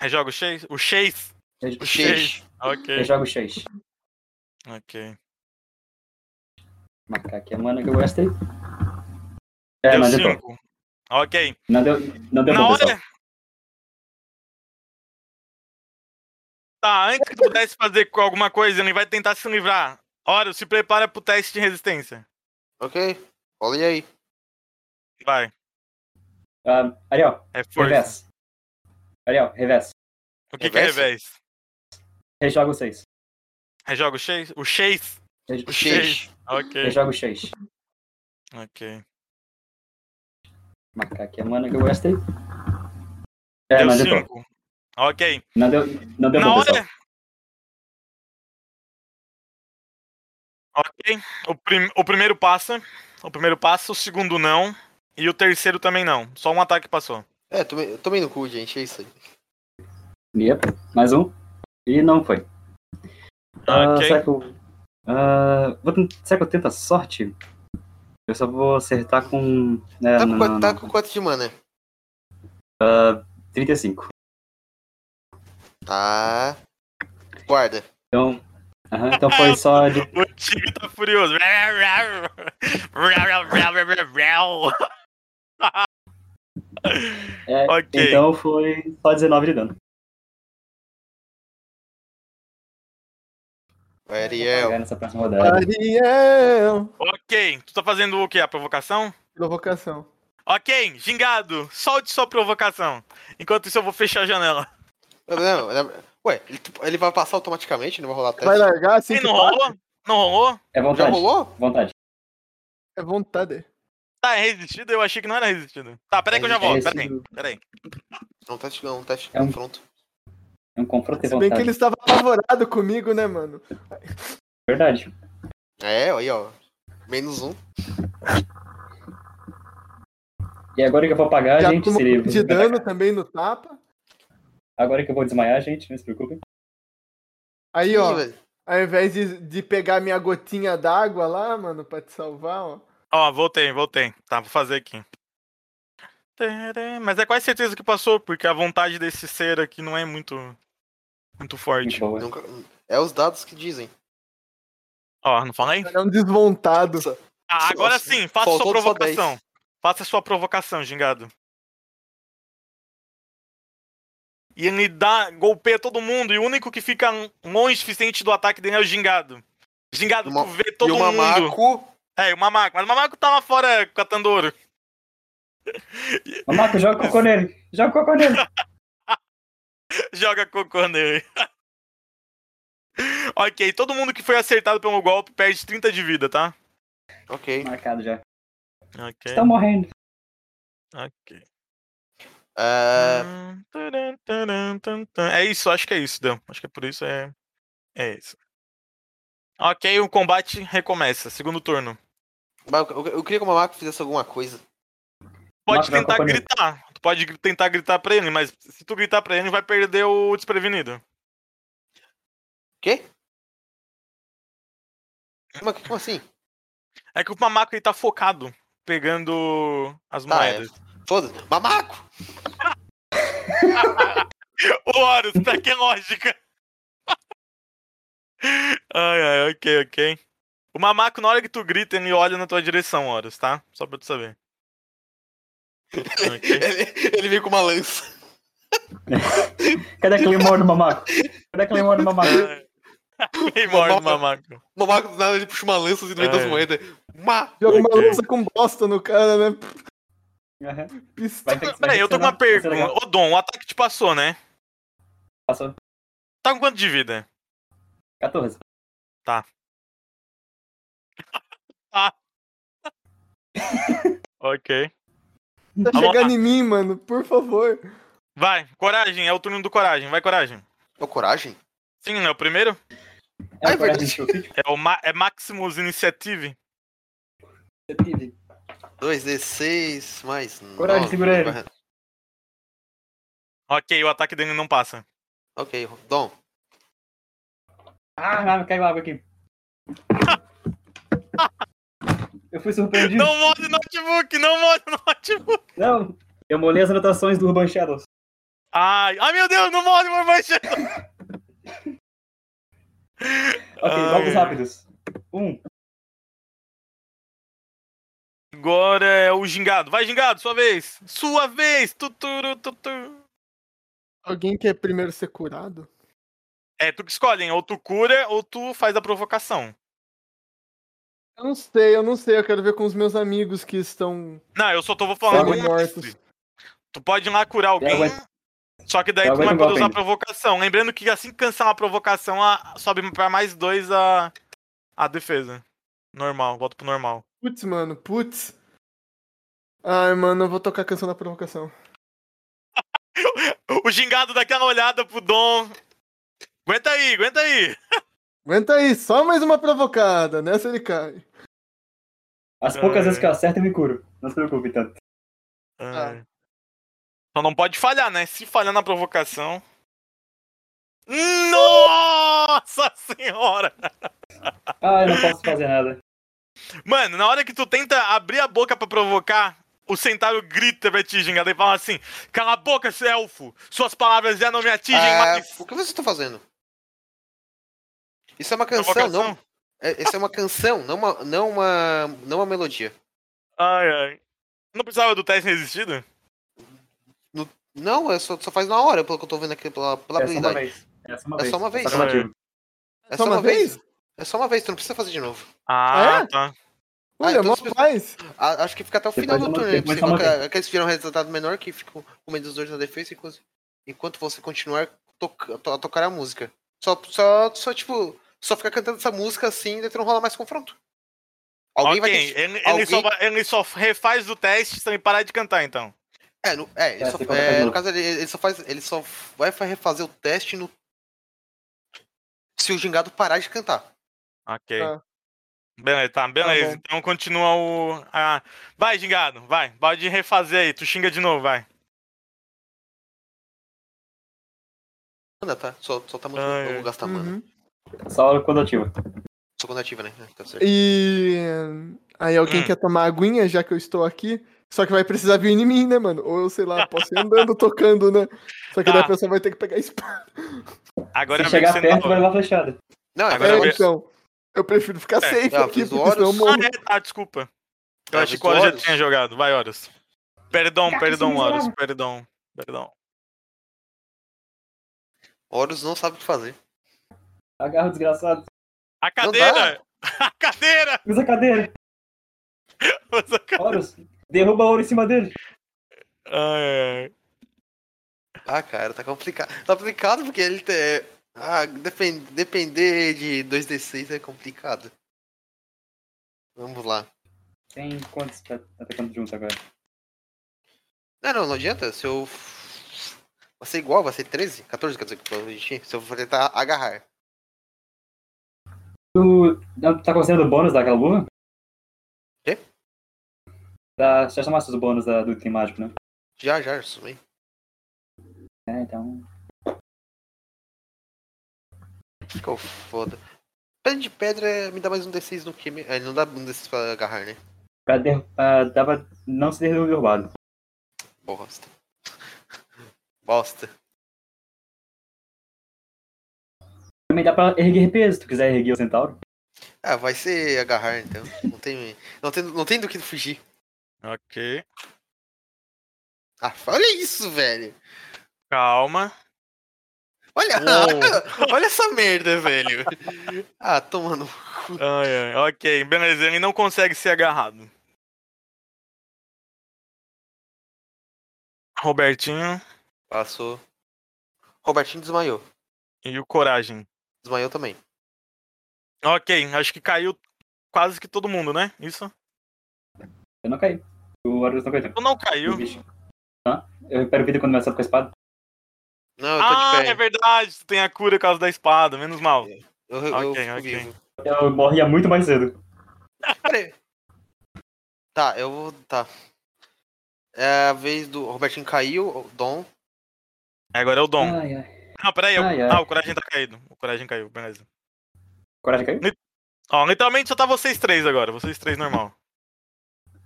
Rejoga o Chase? O Chase? O X. Ok. Rejoga o 6. Ok. Marcar aqui a mana que eu gastei. É, deu não adiantou. 5. Ok. Não deu, não deu Na bom, hora. pessoal. Tá, antes que tu pudesse fazer co- alguma coisa, ele vai tentar se livrar. Ora, se prepara pro teste de resistência. Ok, olha aí. Vai. Ah, Ariel, É força. revés. Ariel, revés. O que, que é Reverso? revés? Rejoga o 6. Rejoga o É Chase? O Chase? O X. Ok. Rejoga o 6. Ok. Marcar aqui a mana que eu gastei. É, deu não adiantou. 5. Ok. Não deu, não deu Na bom, hora. pessoal. Ok. O, prim... o primeiro passa. O primeiro passa, o segundo não. E o terceiro também não. Só um ataque passou. É, tomei, tomei no cu, gente, é isso aí. Yep. Mais um. E não foi. Ah, Ok. será que eu. Ah, vou tent- será que eu tento a sorte? Eu só vou acertar com. É, Tá com, não, não, quatro, tá não. com quatro de mana. Ah, 35. Tá. Guarda. Então. aham, então foi só de. O tigre tá furioso. (laughs) é, Ok. Então foi só 19 de dano. Vai, Vou é Ariel. pegar Nessa próxima rodada. Ariel, ok, tu tá fazendo o que? A provocação? provocação. Ok, gingado, solte sua provocação. Enquanto isso, eu vou fechar a janela. Não, não, não. Ué, ele, ele vai passar automaticamente, não vai rolar teste. Vai largar assim Ei, que não passa? rolou? Não rolou? É Já vontade. rolou? Vontade. É vontade. Tá, é resistido? Eu achei que É não era resistido. Tá, peraí que eu já volto. Peraí, peraí. É um teste, não, um teste de É um- confronto. um confronto e Se bem vontade. que ele estava apavorado comigo, né, mano? Verdade. É, aí, ó. Menos um. E agora que eu vou apagar, Já gente, né? tomou se ele... de dano também no tapa. (laughs) Agora que eu vou desmaiar, gente, não se preocupem. Aí, Ih, ó, velho. ao invés de, de pegar minha gotinha d'água lá, mano, pra te salvar, ó. Ó, voltei, voltei. Tá, vou fazer aqui. Tadã. Mas é quase certeza que passou, porque a vontade desse ser aqui não é muito, muito Muito forte. boa. Nunca- É os dados que dizem. Ó, não falei? Era um desmontado. Ah, agora Nossa, sim, faça sua faltou só provocação. 10. Faça sua provocação, gingado. E ele dá, golpeia todo mundo, e o único que fica longe o suficiente do ataque dele é o gingado. Gingado, Uma- tu vê e todo o mundo. mamaco. É, o mamaco. Mas o mamaco tá lá fora catando ouro. (laughs) Mamaco, joga cocô nele! Joga (laughs) cocô nele! Joga cocô nele. (laughs) ok, todo mundo que foi acertado pelo golpe perde 30 de vida, tá? Ok. Marcado já. Ok. Estão morrendo. Ok. Ah, Hum, taran, taran, tan, tan. É isso, acho que é isso, Dan. Acho que é por isso é. É isso. Ok, o combate recomeça. Segundo turno. mas eu, eu queria que o mamaco fizesse alguma coisa. Pode Marca, vai tentar acompanhando. gritar. Tu pode gri- tentar gritar pra ele, mas se tu gritar pra ele, vai perder o desprevenido. Quê? Como, como assim? É que o mamaco ele tá focado, pegando as Tá, é. moedas. Foda-se. Mamaco! O Horus, pra que lógica? (laughs) ai, ai, ok, ok. O mamaco, na hora que tu grita, ele olha na tua direção, Horus, tá? Só pra tu saber. Ok. (laughs) (laughs) Ele, ele veio com uma lança. Cadê aquele moro do mamaco? Cadê aquele moro do (laughs) mamaco? Ele morde o Mamaco. mamaco. O mamaco do nada ele puxa uma lança assim no meio É. das moedas. Ma! Joga uma Ok. lança com bosta no cara, né? Aham. Pista. Vai ter que- vai ter Peraí, que eu tô ser com uma na- vai ser legal. pergunta. Ô, Dom, o ataque te passou, né? Passou. Tá com quanto de vida? 14. Ok. Tá Vamos chegando em mim, mano, por favor. Vai, coragem, é o turno do coragem. Vai, coragem. É o coragem? Sim, é o primeiro? É Ai, o coragem de chute. É o Ma- é Maximus Initiative. Você teve. 2d6 mais. Coragem, nove. segura ele. Ok, o ataque dele não passa. Ok, Dom. Ah, caiu água aqui. Eu fui surpreendido. Não morde o notebook, não morde o notebook. Não, eu molhei as anotações do Urban Shadows. Ai, ai meu Deus, não morre, mas vai chegar. Ok, Ai. golpes rápidos. Um. Agora é o gingado. Vai, gingado, sua vez. Sua vez. Tuturu, tutu. Alguém quer primeiro ser curado? É, tu que escolhe, hein? Ou tu cura ou tu faz a provocação. Eu não sei, eu não sei. Eu quero ver com os meus amigos que estão Não, eu só tô vou falar. sendo alguma mortos. Tu pode ir lá curar alguém. Eu aguento. Só que daí Eu tu não vai aguento poder golpe usar a ainda. provocação. Lembrando que assim que cancelar a provocação, a- sobe pra mais dois a, a defesa. Normal, volta pro normal. Putz, mano, putz. Ai, mano, eu vou tocar a canção da provocação. O gingado dá aquela olhada pro Dom. Aguenta aí, aguenta aí. Aguenta aí, só mais uma provocada. Nessa ele cai. As poucas Ai. vezes que eu acerto, eu me curo. Não se preocupe, tanto. É. Ah. Só não pode falhar, né? Se falhar na provocação. Nossa senhora! Ah, eu não posso (laughs) fazer nada. Mano, na hora que tu tenta abrir a boca pra provocar, o centauro grita pra ti, gingado, e fala assim: Cala a boca, seu elfo! Suas palavras já não me atingem Ah, mais! o que vocês estão fazendo? Isso é uma canção, Provocação. não? É, isso é uma canção, não uma, não uma, não uma melodia. Ai, ai. Não precisava do teste resistido? Não, é só, só faz na hora, pelo que eu tô vendo aqui, pela, pela É só uma habilidade. vez. É só uma É vez. só uma vez. acumulativo. É só uma vez? É só uma vez, tu não precisa fazer de novo. Ah, É? tá. Olha, Ah, então mó as pessoas- paz. A- acho que fica até o Depois final de do uma- turno, né? depois Você de uma coloca- Aqueles que tiram um resultado menor que ficam com menos dois na defesa enquanto, enquanto você continuar toca- to- a tocar a música. Só, só, só, tipo, só ficar cantando essa música assim, daí tu não rola mais confronto. ok, Alguém vai ter que... ele, ele alguém- só, vai- ele só refaz o teste sem parar de cantar, então. É, no, é, ele É, só, tem qualquer é, coisa. no caso ele, ele só faz. Ele só vai fa- refazer o teste no. Se o gingado parar de cantar. Ok. Tá. Beleza, tá, beleza. bom. então continua o. a- Vai, gingado, vai. Pode refazer aí. Tu xinga de novo, vai. Manda, tá? Só, só tá muito. Ah, eu é. vou gastar mana. Uhum. Só quando ativa. Só quando ativa, né? É, Tá certo. E aí alguém Hum. quer tomar aguinha, já que eu estou aqui. Só que vai precisar vir em mim, né, mano? Ou eu sei lá, posso ir (laughs) andando, tocando, né? Só que Tá. daí a pessoa vai ter que pegar espada. Agora Se é chegar você perto, não. vai levar flechada. Não, é Agora verdade. eu- É, É, então, eu prefiro ficar safe tá, aqui, fiz o porque senão eu Horus. morro. Ah, é, tá, desculpa. Eu Tá, achei mas que o Horus já Horus? tinha jogado. Vai, Horus. Perdão, perdão, Horus. Perdão, perdão. Horus não sabe o que fazer. Agarra o desgraçado. A Não dá. cadeira! (laughs) A cadeira! Usa a cadeira. Usa a ca- Horus. Derruba ouro em cima dele. Ai, ai. Ah, cara, tá complicado. Tá complicado porque ele tem. Ah, depen- depender de 2D6 é complicado. Vamos lá. Tem quantos? Tá, tá atacando junto agora. Não, Ah, não, não adianta. Se eu. Vai ser igual, vai ser 13? 14, quer dizer, que eu vou encher. se eu for tentar agarrar. Tu não, tá considerando o bônus daquela luva? Quê? Da, já chamaste o bônus da, do item mágico, né? Já, já, sumi. É, então. Ficou foda. Pedra de pedra me dá mais um D6 no que. É, não dá um D6 pra agarrar, né? Pra, der, pra, dá pra não ser derrubado. Bosta. (laughs) Bosta. Também dá pra erguer peso, se tu quiser erguer o centauro. Ah, vai ser agarrar então. Não tem, não tem, não tem do que fugir. Ok. Ah, olha isso, velho. Calma. Olha, Uou. (laughs) olha essa merda, velho. Ah, tomando. Ai, ai. Ok, beleza. Ele não consegue ser agarrado. Robertinho Passou. Robertinho desmaiou. e o Coragem. Desmaiou também. Ok, acho que caiu quase que todo mundo, né? Isso? Eu não caí. O Horus não caiu. Ou não caiu? O bicho. Tá? Eu recupero vida quando me acerto com a espada. Não, eu tô Ah, de pé. é verdade. Tu tem a cura por causa da espada, menos mal. Eu, eu Ok, fico ok. vivo. Eu morria muito mais cedo. Pera aí. Tá, eu vou. Tá. É a vez do. Robertinho caiu, o Dom. Agora é o Dom. Ai, ai. Ah, peraí. o- Ai, ai. Ah, o Coragem tá caído. O Coragem caiu, beleza. Coragem caiu? Ó, literalmente só tá vocês três agora. Vocês três normal.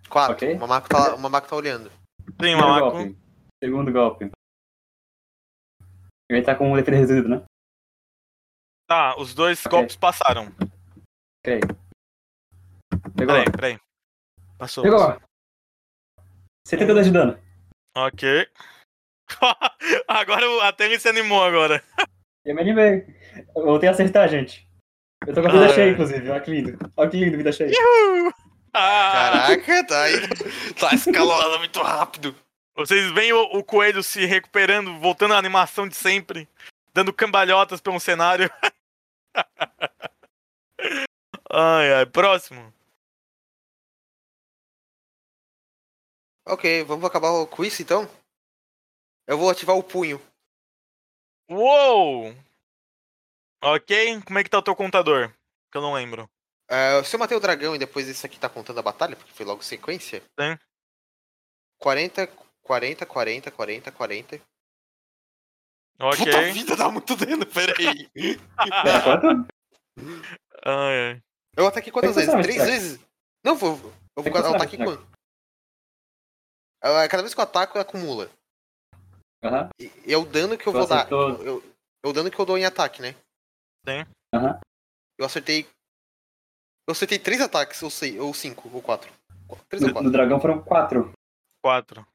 Quatro. Ok. O, mamaco tá, lá- o mamaco tá olhando. Tem um Primeiro lá com... golpe. Segundo golpe. Ele tá com o defender reduzido, né? Tá, os dois Ok. golpes passaram. Ok. Pegou. Peraí, peraí. Passou. Pegou. passou. 72 de dano. Ok. (laughs) agora o- a Tênis se animou agora. Eu me animei. Eu voltei a acertar, gente. Eu tô com a vida Ah, é. cheia, inclusive. Olha que lindo. Olha que lindo, vida (laughs) cheia. Ah, Caraca, tá aí. Tá escalando muito rápido. vocês veem o, o coelho se recuperando, voltando à animação de sempre, dando cambalhotas pelo cenário. (laughs) ai, ai, próximo. Ok, vamos acabar com isso então? Eu vou ativar o punho. Uou! Ok, como é que tá o teu contador? Que eu não lembro. É, se eu matei o dragão e depois isso aqui tá contando a batalha, porque foi logo sequência. Sim. 40, 40, 40, 40, 40. Ok. Puta vida, dá muito dano, peraí. É, quanto? Ai, ai. Eu ataquei quantas Tem vezes? que passar, Três Strike. vezes? Não, vou. Eu Tem vou que passar, ataque Strike. quanto? Ah, Cada vez que eu ataco, eu acumula. Aham. E e é o dano que eu Tu vou dar. acertou. Eu- É o dano que eu dou em ataque, né? Aham. Eu acertei. Eu acertei três ataques, ou sei, ou cinco, ou quatro. Qu- Três ou No, no quatro. dragão foram 4. Quatro.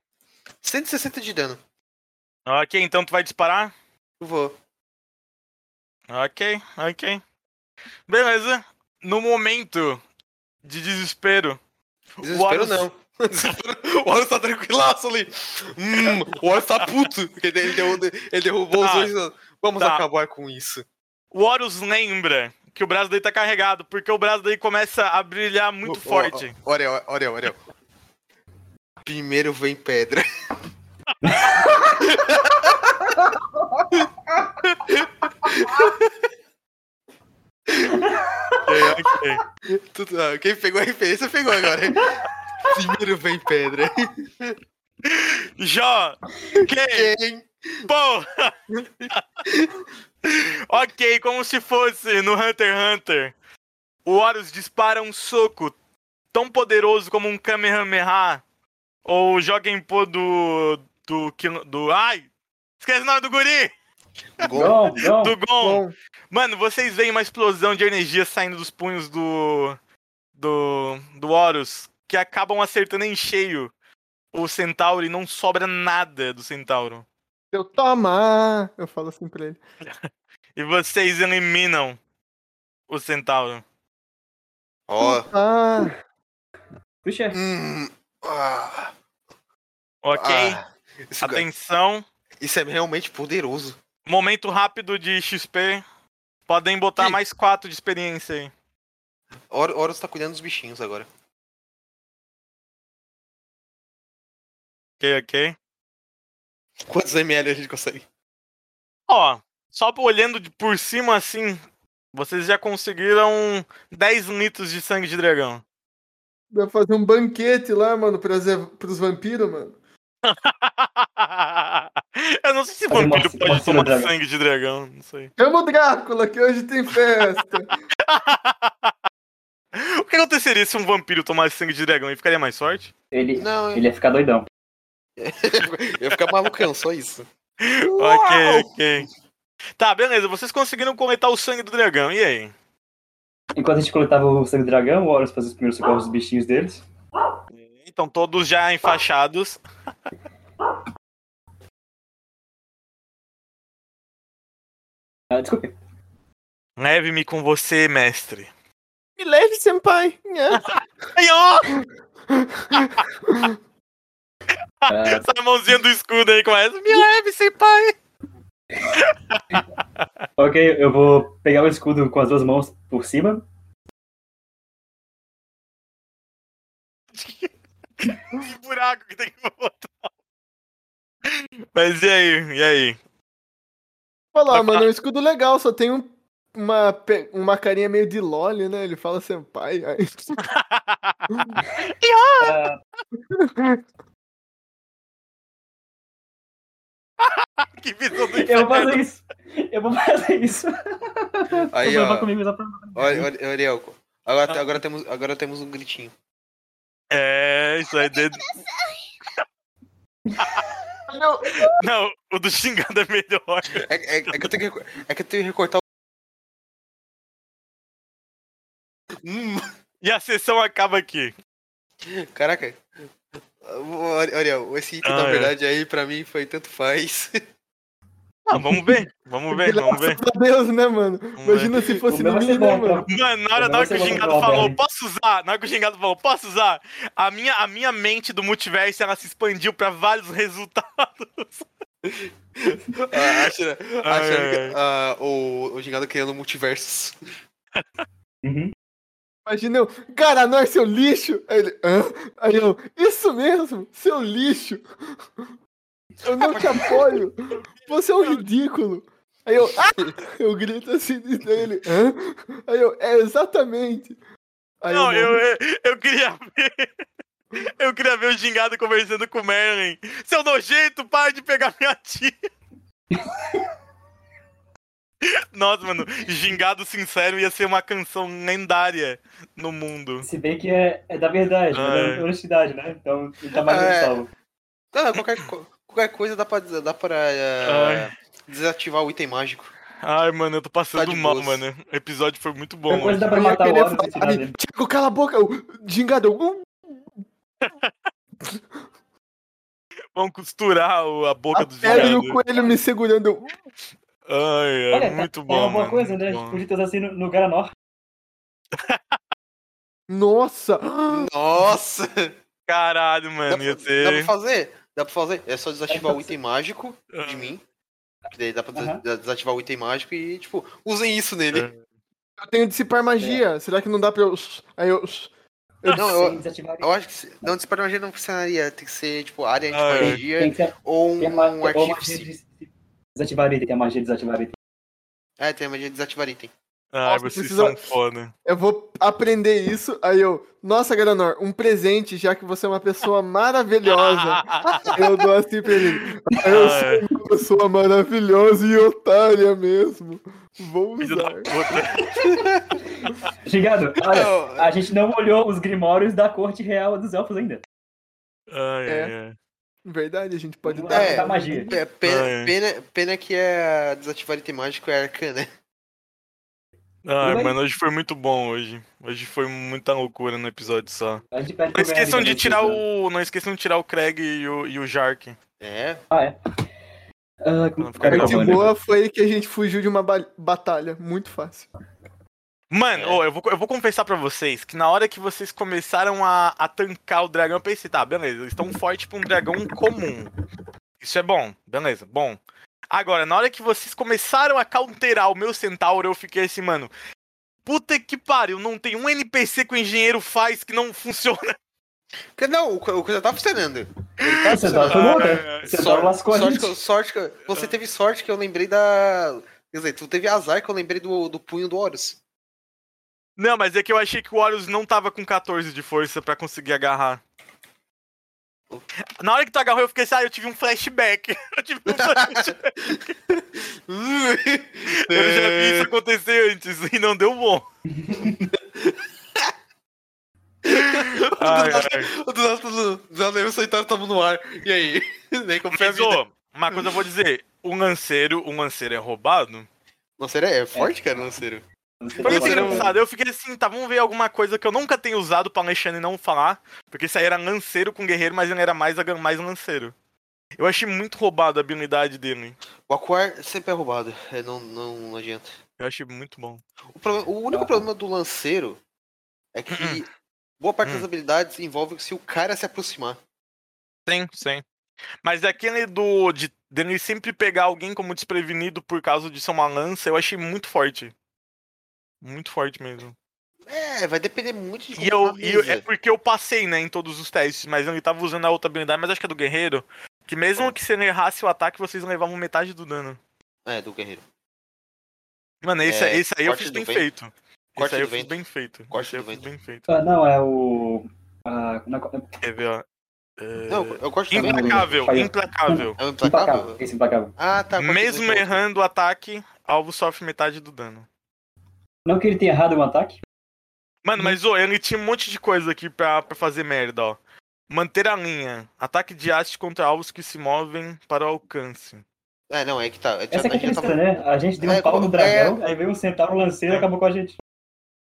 160 de dano. Ok, então tu vai disparar? Eu vou. Ok, ok. Beleza. No momento de desespero, Desespero Horus- não. (laughs) Desespero- o Horus tá tranquilaço ali. Hum, o Horus tá puto. porque Ele, derru- ele derrubou Tá. os dois. Vamos Tá. acabar com isso. o Horus lembra que o braço dele tá carregado, porque o braço dele começa a brilhar muito Ô, ô, forte. ô, Orel, Orel, Orel. Primeiro vem pedra. (laughs) ok, Tudo- ah, quem pegou a referência pegou agora. Primeiro vem pedra. ok. Jó! Ok, Quem? porra! ok, como se fosse no Hunter x Hunter. O Horus dispara um soco tão poderoso como um Kamehameha. Ou Jogenpo do. do. Kino- do. Ai! Esquece o nome do guri! Gol. Gon, Gon. Do Gon! Bom, Mano, vocês veem uma explosão de energia saindo dos punhos do. do. do Horus, que acabam acertando em cheio o Centauro e não sobra nada do Centauro. eu toma! Eu falo assim pra ele. E vocês eliminam o Centauro. Ó. Ah, Puxa. Hum, ah, Ok? ah. isso, Atenção. isso é realmente poderoso. Momento rápido de XP. Podem botar Ih. mais 4 de experiência aí. Hor- Horus tá cuidando dos bichinhos agora. Ok, ok. Quantos ml a gente consegue? Ó, só olhando de- por cima assim, vocês já conseguiram 10 litros de sangue de dragão. deu pra fazer um banquete lá, mano, pras, pros vampiros, mano. (laughs) Eu não sei se Fazer uma- vampiro uma pode cena tomar dragão. sangue de dragão, não sei. Chama o Drácula, que hoje tem festa. O que aconteceria se um vampiro tomasse sangue de dragão? Ele ficaria mais forte? Ele, Não, eu ele ia ficar doidão. (laughs) eu ia ficar malucão, só isso. Ok, ok. Tá, beleza, vocês conseguiram coletar o sangue do dragão, e aí? Enquanto a gente coletava o sangue do dragão, o Horus fazia os primeiros socorros dos bichinhos deles. Então, todos já enfaixados. Ah, desculpe. Leve-me com você, mestre. (laughs) Me leve, senpai. Nha. Ai, ó! Ah, Essa mãozinha do escudo aí com essa. Me leve, senpai! ok, eu vou pegar o escudo com as duas mãos por cima. Que buraco que tem que botar. Mas e aí? E aí? Vai Olha lá, mano, é um escudo legal, só tem um- uma, pe- uma carinha meio de lolly, né? Ele fala senpai. Aí... (laughs) Ah, Que visão do eu vou inferno. fazer isso. Eu vou fazer isso. Aí, eu vou levar ó. comigo só pra... Olha, olha, olha Elco. Agora, agora, temos, agora temos um gritinho. É, isso aí. De... Não, Não, o do xingado é melhor. É, é- é que eu tenho que, recor- é que eu tenho que recortar o. Hum, E a sessão acaba aqui. caraca. Olha, olha, esse item, Ah, na é. verdade, aí pra mim foi tanto faz. Ah, vamos ver. Vamos ver, vamos ver. Graças a Deus, né, mano? Hum, Imagina se O fosse meu no vai ser mim, bom, né, então. mano? Mano, na hora, na hora que o Gingado falou, posso usar? Na hora que o Gingado falou, posso usar? A minha, a minha mente do multiverso, ela se expandiu pra vários resultados. Ah, né? (laughs) achando, Ai, achando ai, ai. que, ah, o, o Gingado criando multiversos. Uhum. Imagina eu, cara, nós seu lixo. Aí ele, hã? Aí eu, isso mesmo, seu lixo. (laughs) Eu não te apoio. Você é um ridículo. Aí eu, ah! Eu grito assim, daí ele, hã? Aí eu, é exatamente. Aí Não, eu, eu, eu, eu queria ver. (laughs) Eu queria ver o Gingado conversando com o Merlin. Seu nojento, para de pegar minha tia. (laughs) Nossa, mano, Gingado Sincero ia ser uma canção lendária no mundo. Se bem que é, é da verdade, Ah, é é. da honestidade, né? Então ele tá mais Ah, é. salvo. Não, qualquer, co- qualquer coisa dá pra, des- dá pra ah, desativar o item mágico. Ai, mano, eu tô passando Tá de mal, boas. mano. O episódio foi muito bom. Depois hoje. dá pra Eu ia matar o querer Horus e falar, tirar dele. Tiago, cala a boca. Eu, Gingadão, hum, Vamos costurar o- a boca a do pedra e o Gingado. coelho me segurando. eu, hum. Ai, ai, Olha, tá- É muito tá bom. uma boa mano, coisa, muito né? A bom. gente podia ter usado assim no, no Garanor. Nossa! Ah. Nossa! Caralho, Dá mano, pra, É, ia dá pra ser. fazer? Dá pra fazer? É só desativar o item mágico de Ah. mim. que Daí dá pra des- Aham. des- desativar o item mágico e, tipo, usem isso É. nele. Eu tenho dissipar magia. Será que não dá pra eu. Aí eu. Não, eu, Sem desativar- eu acho que. se- Não, disparo magia não funcionaria. Tem que ser, tipo, área de Ah, é. tem, magia tem que ter ou tem um, uma, ou magia artifício. Tá de desativar item, tem a magia de desativar item. É, tem a magia de desativar item. Ah, Nossa, vocês precisa- são foda. Eu vou aprender isso. Aí eu, nossa, Garanor, um presente, já que você é uma (laughs) pessoa maravilhosa. (laughs) eu dou assim pra ele. Eu Ah, sou uma pessoa maravilhosa e otária mesmo. Vou Filho da usar. puta. Obrigado. Olha, Não, a gente não olhou os grimórios da corte real dos elfos ainda. Ai, É. ai, ai. Verdade, a gente pode Vamos dar. lá, dar magia. é, pena, Ah, é. pena, pena que é desativar item mágico é arcana. Ai, Mas- mano, hoje foi muito bom hoje. Hoje foi muita loucura no episódio só. A gente pede Não pro esqueçam Merry de tirar também, né? o. Não esqueçam de tirar o Craig e o, e o Jark. É, Ah, é. Ah, Não, como fica fica A parte Acabou, acabando? né? boa foi que a gente fugiu de uma ba- batalha muito fácil. Mano, É. ô, eu, vou, eu vou confessar pra vocês que na hora que vocês começaram a, a tancar o dragão, eu pensei, tá, beleza, eles estão fortes pra um dragão comum. Isso é bom, beleza, bom. Agora, na hora que vocês começaram a counterar o meu centauro, eu fiquei assim, mano. Puta que pariu, não tem um NPC que o engenheiro faz que não funciona. Que- Não, o co- o coisa tá funcionando. Ele Ah, tá você tá funcionando. foi louca? Ah, Você tá lascou a sorte, gente. que, eu- sorte que eu- você teve sorte que eu lembrei da. Quer dizer, tu teve azar que eu lembrei do, do punho do (laughs) Horus. Não, mas é que eu achei que o Horus não tava com 14 de força pra conseguir agarrar. Na hora que tu agarrou, eu fiquei assim, ah, eu tive um flashback. (laughs) Eu tive um flashback. eu já vi isso acontecer antes e não deu bom. ai, ai. Do nada, do- do nada eu sentado tava no ar. E aí? (laughs) Nem como foi a Mas, vida. ô, uma coisa eu vou dizer. Um lanceiro, um lanceiro é roubado? Lanceiro é, é forte, cara, lanceiro. Foi muito Lanceiro é um- engraçado. Eu fiquei assim, tá, vamos ver alguma coisa que eu nunca tenho usado pra Alexandre não falar. Porque isso aí era lanceiro com guerreiro, mas ele era mais, aga- mais um lanceiro. Eu achei muito roubado a habilidade dele. O Aquar sempre é roubado. É, não, não, não adianta. Eu achei muito bom. O, problema- o Tá. único problema do lanceiro é que Hum. boa parte das habilidades envolve se o cara se aproximar. Sim, sim. Mas aquele do. De, dele sempre pegar alguém como desprevenido por causa de ser uma lança, eu achei muito forte. Muito forte mesmo. É, vai depender muito de E como eu, tá a e eu- mesa. é porque eu passei, né, em todos os testes, mas ele tava usando a outra habilidade, mas acho que é do guerreiro. Que mesmo que você errasse o ataque, vocês levavam metade do dano. É, do guerreiro. Mano, esse, É, esse aí eu corte fiz do bem vento. feito. Corte esse aí do eu fiz vento. bem feito. Corte esse aí do eu fiz vento. bem feito. Ah, não, é o. Ah, na... Quer ver, ó. É, Não, eu gosto também do Implacável, guerreiro. Falhou. implacável. É um implacável. Implacável. Esse implacável. Ah, tá. corte do Mesmo vento. errando o ataque, alvo sofre metade do dano. Não que ele tenha errado um ataque. Mano, mas ô, ele tinha um monte de coisa aqui pra, pra fazer merda, ó. Manter a linha. Ataque de haste contra alvos que se movem para o alcance. É, não, é que tá. É, Essa aqui é a gente já tristeza, tava- né? A gente deu É, um pau no é- dragão, aí veio um centauro lanceiro e acabou com a gente.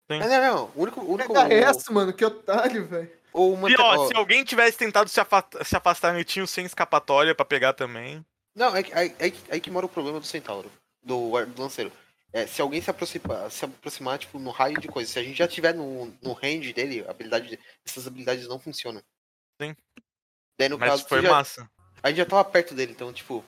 É, não, não. O único. O único Pega essa, mano, que otário, velho. o, o, É, E mante- ó, ó, se alguém tivesse tentado se, afa- se afastar, ele tinha um sem escapatória pra pegar também. Não, é, que- aí- aí que- aí que mora o problema do centauro. Do, ar- do lanceiro. É, se alguém se aproximar, se aproximar, tipo, no raio de coisa. Se a gente já tiver no, no range dele, a habilidade, essas habilidades não funcionam. Sim. Daí, no mas caso, foi você já- massa. a gente já tava perto dele, então, tipo,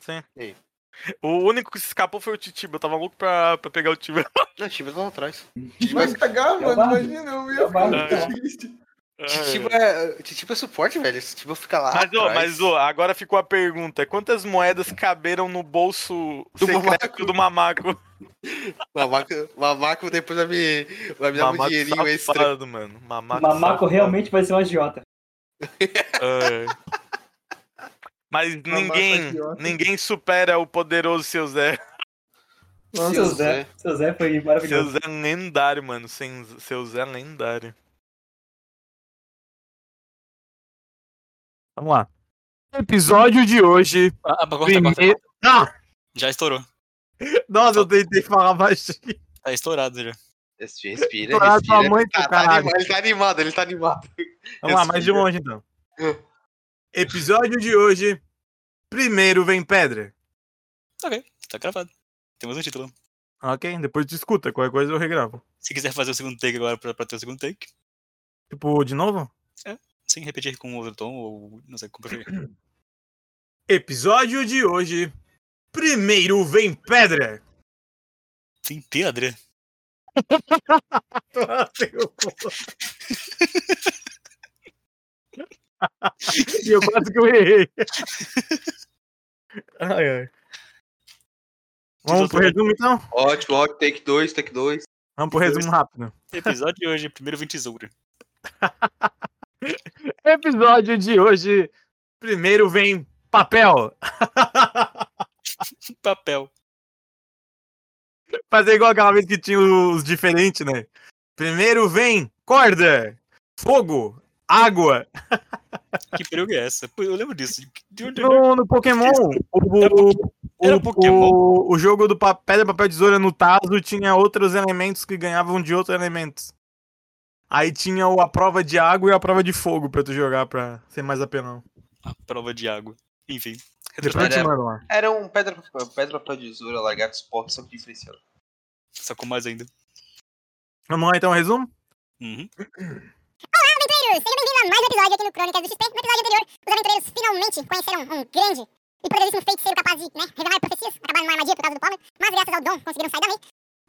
O único que se escapou foi o Titiba. Eu tava louco pra, pra pegar o Titiba. não, Titiba tá lá atrás. Vai Titiba, cagar, mano, bardo. imagina, eu ia ficar bardo, cara. muito triste. Titiba, é, Titiba é suporte, velho. Titiba fica lá. Mas, ô, atrás. mas ô, agora ficou a pergunta. Quantas moedas caberam no bolso Do secreto mamaco. do mamaco? Mamaco, mamaco depois vai me, vai me dar um Mamaco tá dinheirinho extra. safado, mano. Mamaco, Mamaco safado. realmente vai ser um agiota. É. Mas Uma massa é ninguém, idiota. ninguém supera o poderoso seu Zé. Tá Nossa, Seu Seu Zé. Zé. Seu Zé foi Seu maravilhoso. Zé é lendário, mano. Sem- Seu Zé é lendário. Vamos lá. Episódio de hoje. Ah, agora tá, agora tá. Primeiro... Ah, Já estourou. nossa, eu tentei falar baixinho. Tá estourado já. Respira, respira. Estourado tua mãe, Tá, tá caralho. animado, ele tá animado, ele tá animado. Vamos lá, mais de longe então. Episódio de hoje. Primeiro vem pedra. Tá gravado. Temos um título. Ok? Depois discuta, qualquer coisa eu regravo. Se quiser fazer o segundo take agora pra, pra ter o segundo take, Tipo, de novo? sem repetir com outro tom ou não sei como preferir. Episódio de hoje. Primeiro vem pedra. Sem pedra? e eu quase que eu errei. Ai, ai. Vamos pro resumo então? Ótimo, ótimo. Take 2, take 2. Vamos pro resumo rápido. Episódio de hoje, primeiro 20 Zoura. Episódio de hoje. Primeiro vem papel. Um Papel. Fazer igual aquela vez que tinha os diferentes, né? Primeiro vem corda, fogo, água. Que peruga é essa? Pô, Eu lembro disso. De onde eu No, no Pokémon, Era o, o, era Pokémon? o, o jogo do pa- pedra, papel, tesoura no Tazo tinha outros elementos que ganhavam de outros elementos. Aí tinha o- a prova de água e a prova de fogo pra tu jogar pra ser mais apelão. A prova de água. Enfim. Depois eu te Era- mando lá. Era um pedra, pedra pra tesoura, lagarto, esporte, só que diferenciado. Sacou mais ainda. Vamos lá então, resumo? Uhum. aventureiros! Sejam bem-vindos a mais um episódio aqui no Crônicas do XP. No episódio anterior, os aventureiros finalmente conheceram um grande e poderosíssimo feiticeiro capaz de, né, revelar profecias, acabar numa armadilha por causa do Palmer, mas graças ao Dom conseguiram sair da lei.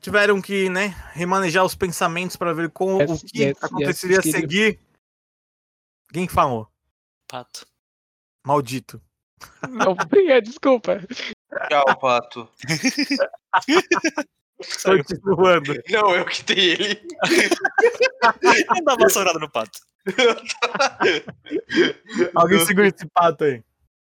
tiveram que, né, remanejar os pensamentos pra ver com Yes, o que yes, aconteceria yes, a seguir. Quem falou? Pato. Maldito. Não, obrigado, desculpa. Tchau, pato. Saiu. Continuando. Não, eu que dei ele. Eu dava uma vassourada no pato. Alguém segura esse pato aí.